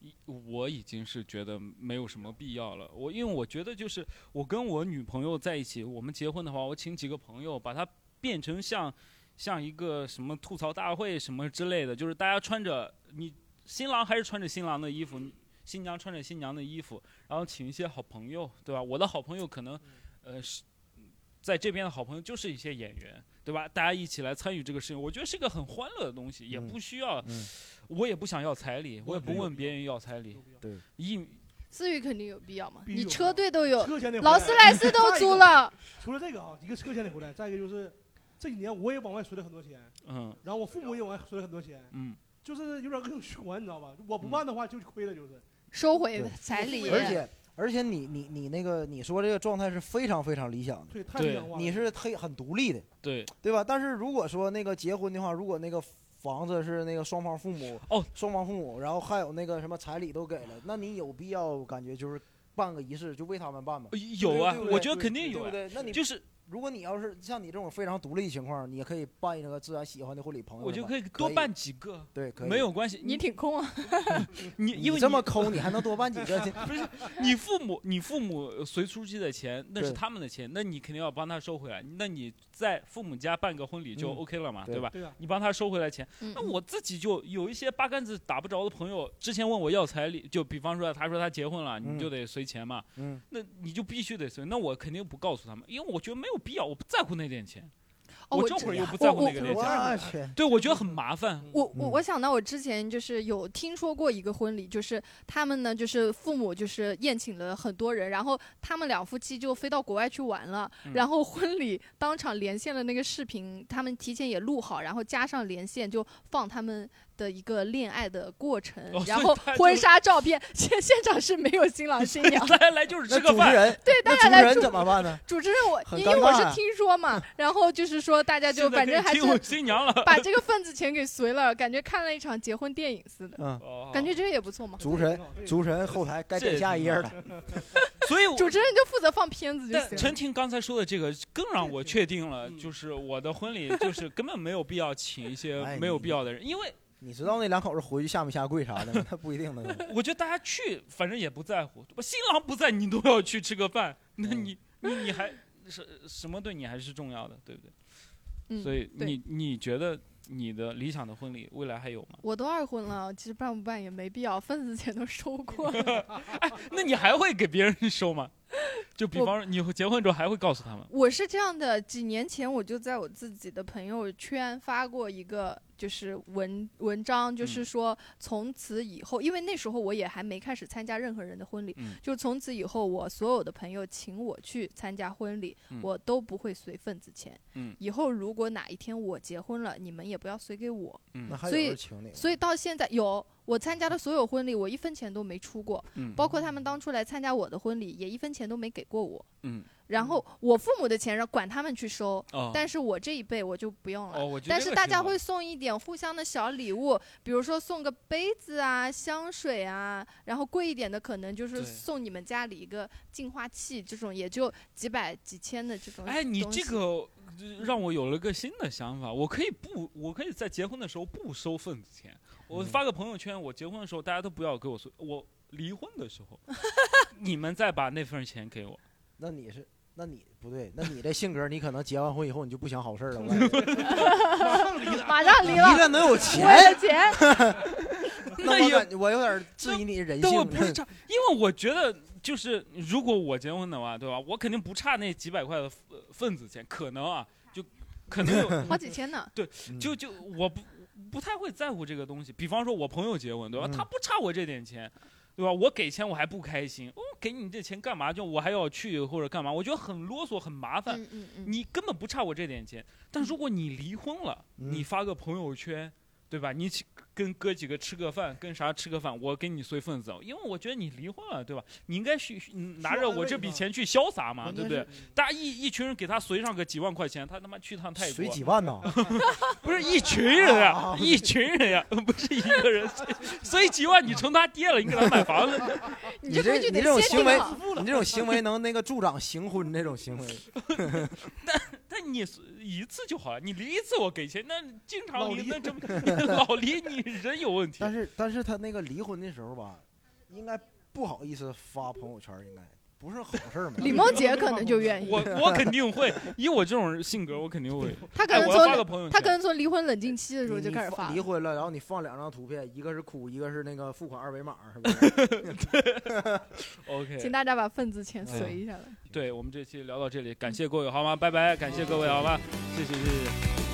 一我已经是觉得没有什么必要了。我因为我觉得就是我跟我女朋友在一起，我们结婚的话，我请几个朋友，把它变成像像一个什么吐槽大会什么之类的，就是大家穿着你新郎还是穿着新郎的衣服，新娘穿着新娘的衣服，然后请一些好朋友，对吧？我的好朋友可能，呃，是在这边的好朋友就是一些演员，对吧？大家一起来参与这个事情，我觉得是一个很欢乐的东西，也
嗯
不需要，
嗯
我也不想要彩礼，我也不
对
问别人要彩礼
有，必要
一
[laughs] 思域肯定有必要嘛，
必
你
有
车队都
[laughs]
有，
车钱得回来
劳斯莱斯都租。了，
除了这个啊，一个车钱得回来，再一个就是这几年我也往外存了很多钱，
嗯
然后我父母也往外存了很多钱，
嗯，
就是有点恶性循环，你知道吧？我不办的话就亏了，就是。
收回
对
彩礼，
而且而且你你你那个你说这个状态是非常非常理想的，
对，太理想化了。
你是很很独立的，
对，
对吧？但是如果说那个结婚的话，如果那个房子是那个双方父母
哦，
双方父母，然后还有那个什么彩礼都给了，那你有必要感觉就是办个仪式就为他们办吧，
呃有啊，
哦对不对
我觉得肯定
对
有
不
啊，
对？那你
就是
如果你要是像你这种非常独立的情况，你也可以办一个自然喜欢的婚礼，朋友
我
们
就
吧
可以多
以
办几个，
对，可以
没有关系，
你挺空啊，
你
你
因为
这
你
么抠，你还能多办几个？
[laughs] 不是你父母，你父母随出去的钱那是
对
他们的钱，那你肯定要帮他收回来。那你在父母家办个婚礼就
嗯
OK 了嘛，
对
对吧？
对啊，
你帮他收回来钱，
嗯
那我自己就有一些八竿子打不着的朋友，之前问我要彩礼，就比方说他说他结婚了，你
嗯
就得随钱嘛，
嗯，
那你就必须得随。那我肯定不告诉他们，因为我觉得没有必要，我不在乎那点钱，我
哦，我
这会儿又不
我
在乎那个
我
点钱，
我去，
对我觉得很麻烦。
我我
嗯
我想到我之前就是有听说过一个婚礼，就是他们呢，就是父母就是宴请了很多人，然后他们两夫妻就飞到国外去玩了，
嗯
然后婚礼当场连线了那个视频，他们提前也录好，然后加上连线就放他们的一个恋爱的过程，
哦
然
所以
后
他就，
婚纱照片，现现场是没有新郎新
[laughs]
娘
大家来就是
那
吃个
主持
饭，
人，
对，大
那主
家
持
来
人
主
怎么办呢？
主持人我，
很
因
尴
为我是
尬啊
听
[laughs]
说嘛，然后就是说大家就
现在
反
可以
正还是
亲我新娘 [laughs] 了。
把这个份子钱给随了，感觉看了一场结婚电影似的。
嗯，
哦
感觉这个也不错嘛。
主持人，主持人后台该点下一页了。
所以我
主持人就负责放片子就
但
行
陈
了。
婷刚才说的这个，更让我确定了，
嗯
就是我的婚礼就是根本没有必要请一些
哎
没有
你
必要的人，因为
你知道那两口子回去下没下跪啥
[laughs]
的吗？那不一定呢。
我觉得大家去反正也不在乎，我新郎不在，你都要去吃个饭，那
嗯
你你你还什什么对你还是重要的，对不对？
嗯
所以
对
你你觉得你的理想的婚礼未来还有吗？
我都二婚了，其实办不办也没必要，份子钱都收过了。
[laughs] 那你还会给别人收
[laughs]
吗？就比
我
方说你结婚之后还会告诉他们？
我是这样的，几年前我就在我自己的朋友圈发过一个就是文文章，
嗯
就是说从此以后，因为那时候我也还没开始参加任何人的婚礼，
嗯
就从此以后，我所有的朋友请我去参加婚礼，
嗯
我都不会随份子钱。
嗯
以后如果哪一天我结婚了，你们也不要随给我。
那
嗯
还有
所以
人请你，
所以到现在有我参加的所有婚礼，我一分钱都没出过，
嗯
包括他们当初来参加我的婚礼，也一分钱都没给过我。
嗯
然后我父母的钱让管他们去收，
哦
但是我这一辈我就不用了。
哦，我觉得
但
这
是
个
大
挺
家
好
会送一点互相的小礼物，比如说送个杯子啊、香水啊，然后贵一点的可能就是
对
送你们家里一个净化器，这种也就几百几千的这种。
哎，你这，个呃让我有了个新的想法，我可以不，我可以在结婚的时候不收份子钱，我
嗯
发个朋友圈，我结婚的时候大家都不要给我说，我离婚的时 [laughs] 候，你们再把那份钱给我。
那你是，那你不对，那你这性格，你可能结完婚以后你就不想好事儿
[laughs]
了。我感觉
马上离
离
了，
了能有
为
钱？
了钱，
[laughs]
那我
也
感觉我有点质疑你人
哎但我
性。
不是差，因为我觉得就是如果我结婚的话，对吧？我肯定不差那几百块的份呃份子钱，可能啊，就可能有
好几千
[laughs]
呢。
嗯
就就我不不太会在乎这个东西。比方说，我朋友结婚，对吧？
嗯
他不差我这点钱，对吧？我给钱我还不开心，我、给你这钱干嘛？就我还要去或者干嘛？我觉得很啰嗦，很麻烦。
嗯嗯嗯，
你根本不差我这点钱。但如果你离婚了，
嗯
你发个朋友圈，对吧？你去跟哥几个吃个饭，跟啥吃个饭，我给你随份子，因为我觉得你离婚了，对吧？你应该去嗯拿着我这笔钱去潇洒嘛，
啊
关
啊对
键
不对？大家一一群人给他随上个几万块钱，他他妈去趟泰国
随，几万呢？
不是一群人
啊
呀，一群人呀， [laughs] 不是一个人， [laughs] 所以几万你成他爹了，你给他买房子， [laughs]
你
这
规矩
你
得
这种
先
行
定
为
好。，
你这种行为能那个助长行婚这种行 [laughs] 为，
但你一次就好了，你离一次我给钱，那经常
老
离
离
那这不 [laughs] 老离你人有问题。
但是但是他那个离婚的时候吧，应该不好意思发朋友圈，应该不是好事儿嘛。
李梦洁可能就愿意，
我我肯定会，以我这种性格，我肯定会。
她可
哎，
能
我要发个
从
朋友圈。
她可能从离婚冷静期的时候
你
就
你
开始
放
发
离
了。
婚了，然后你放两张图片，一个是哭，一个是那个付款二维码，是不是？
请
OK，
大家把份子钱
嗯
随一下来。
对我们这期聊到这里，感谢各位好吗？拜拜，感谢各位好吗？谢谢谢谢。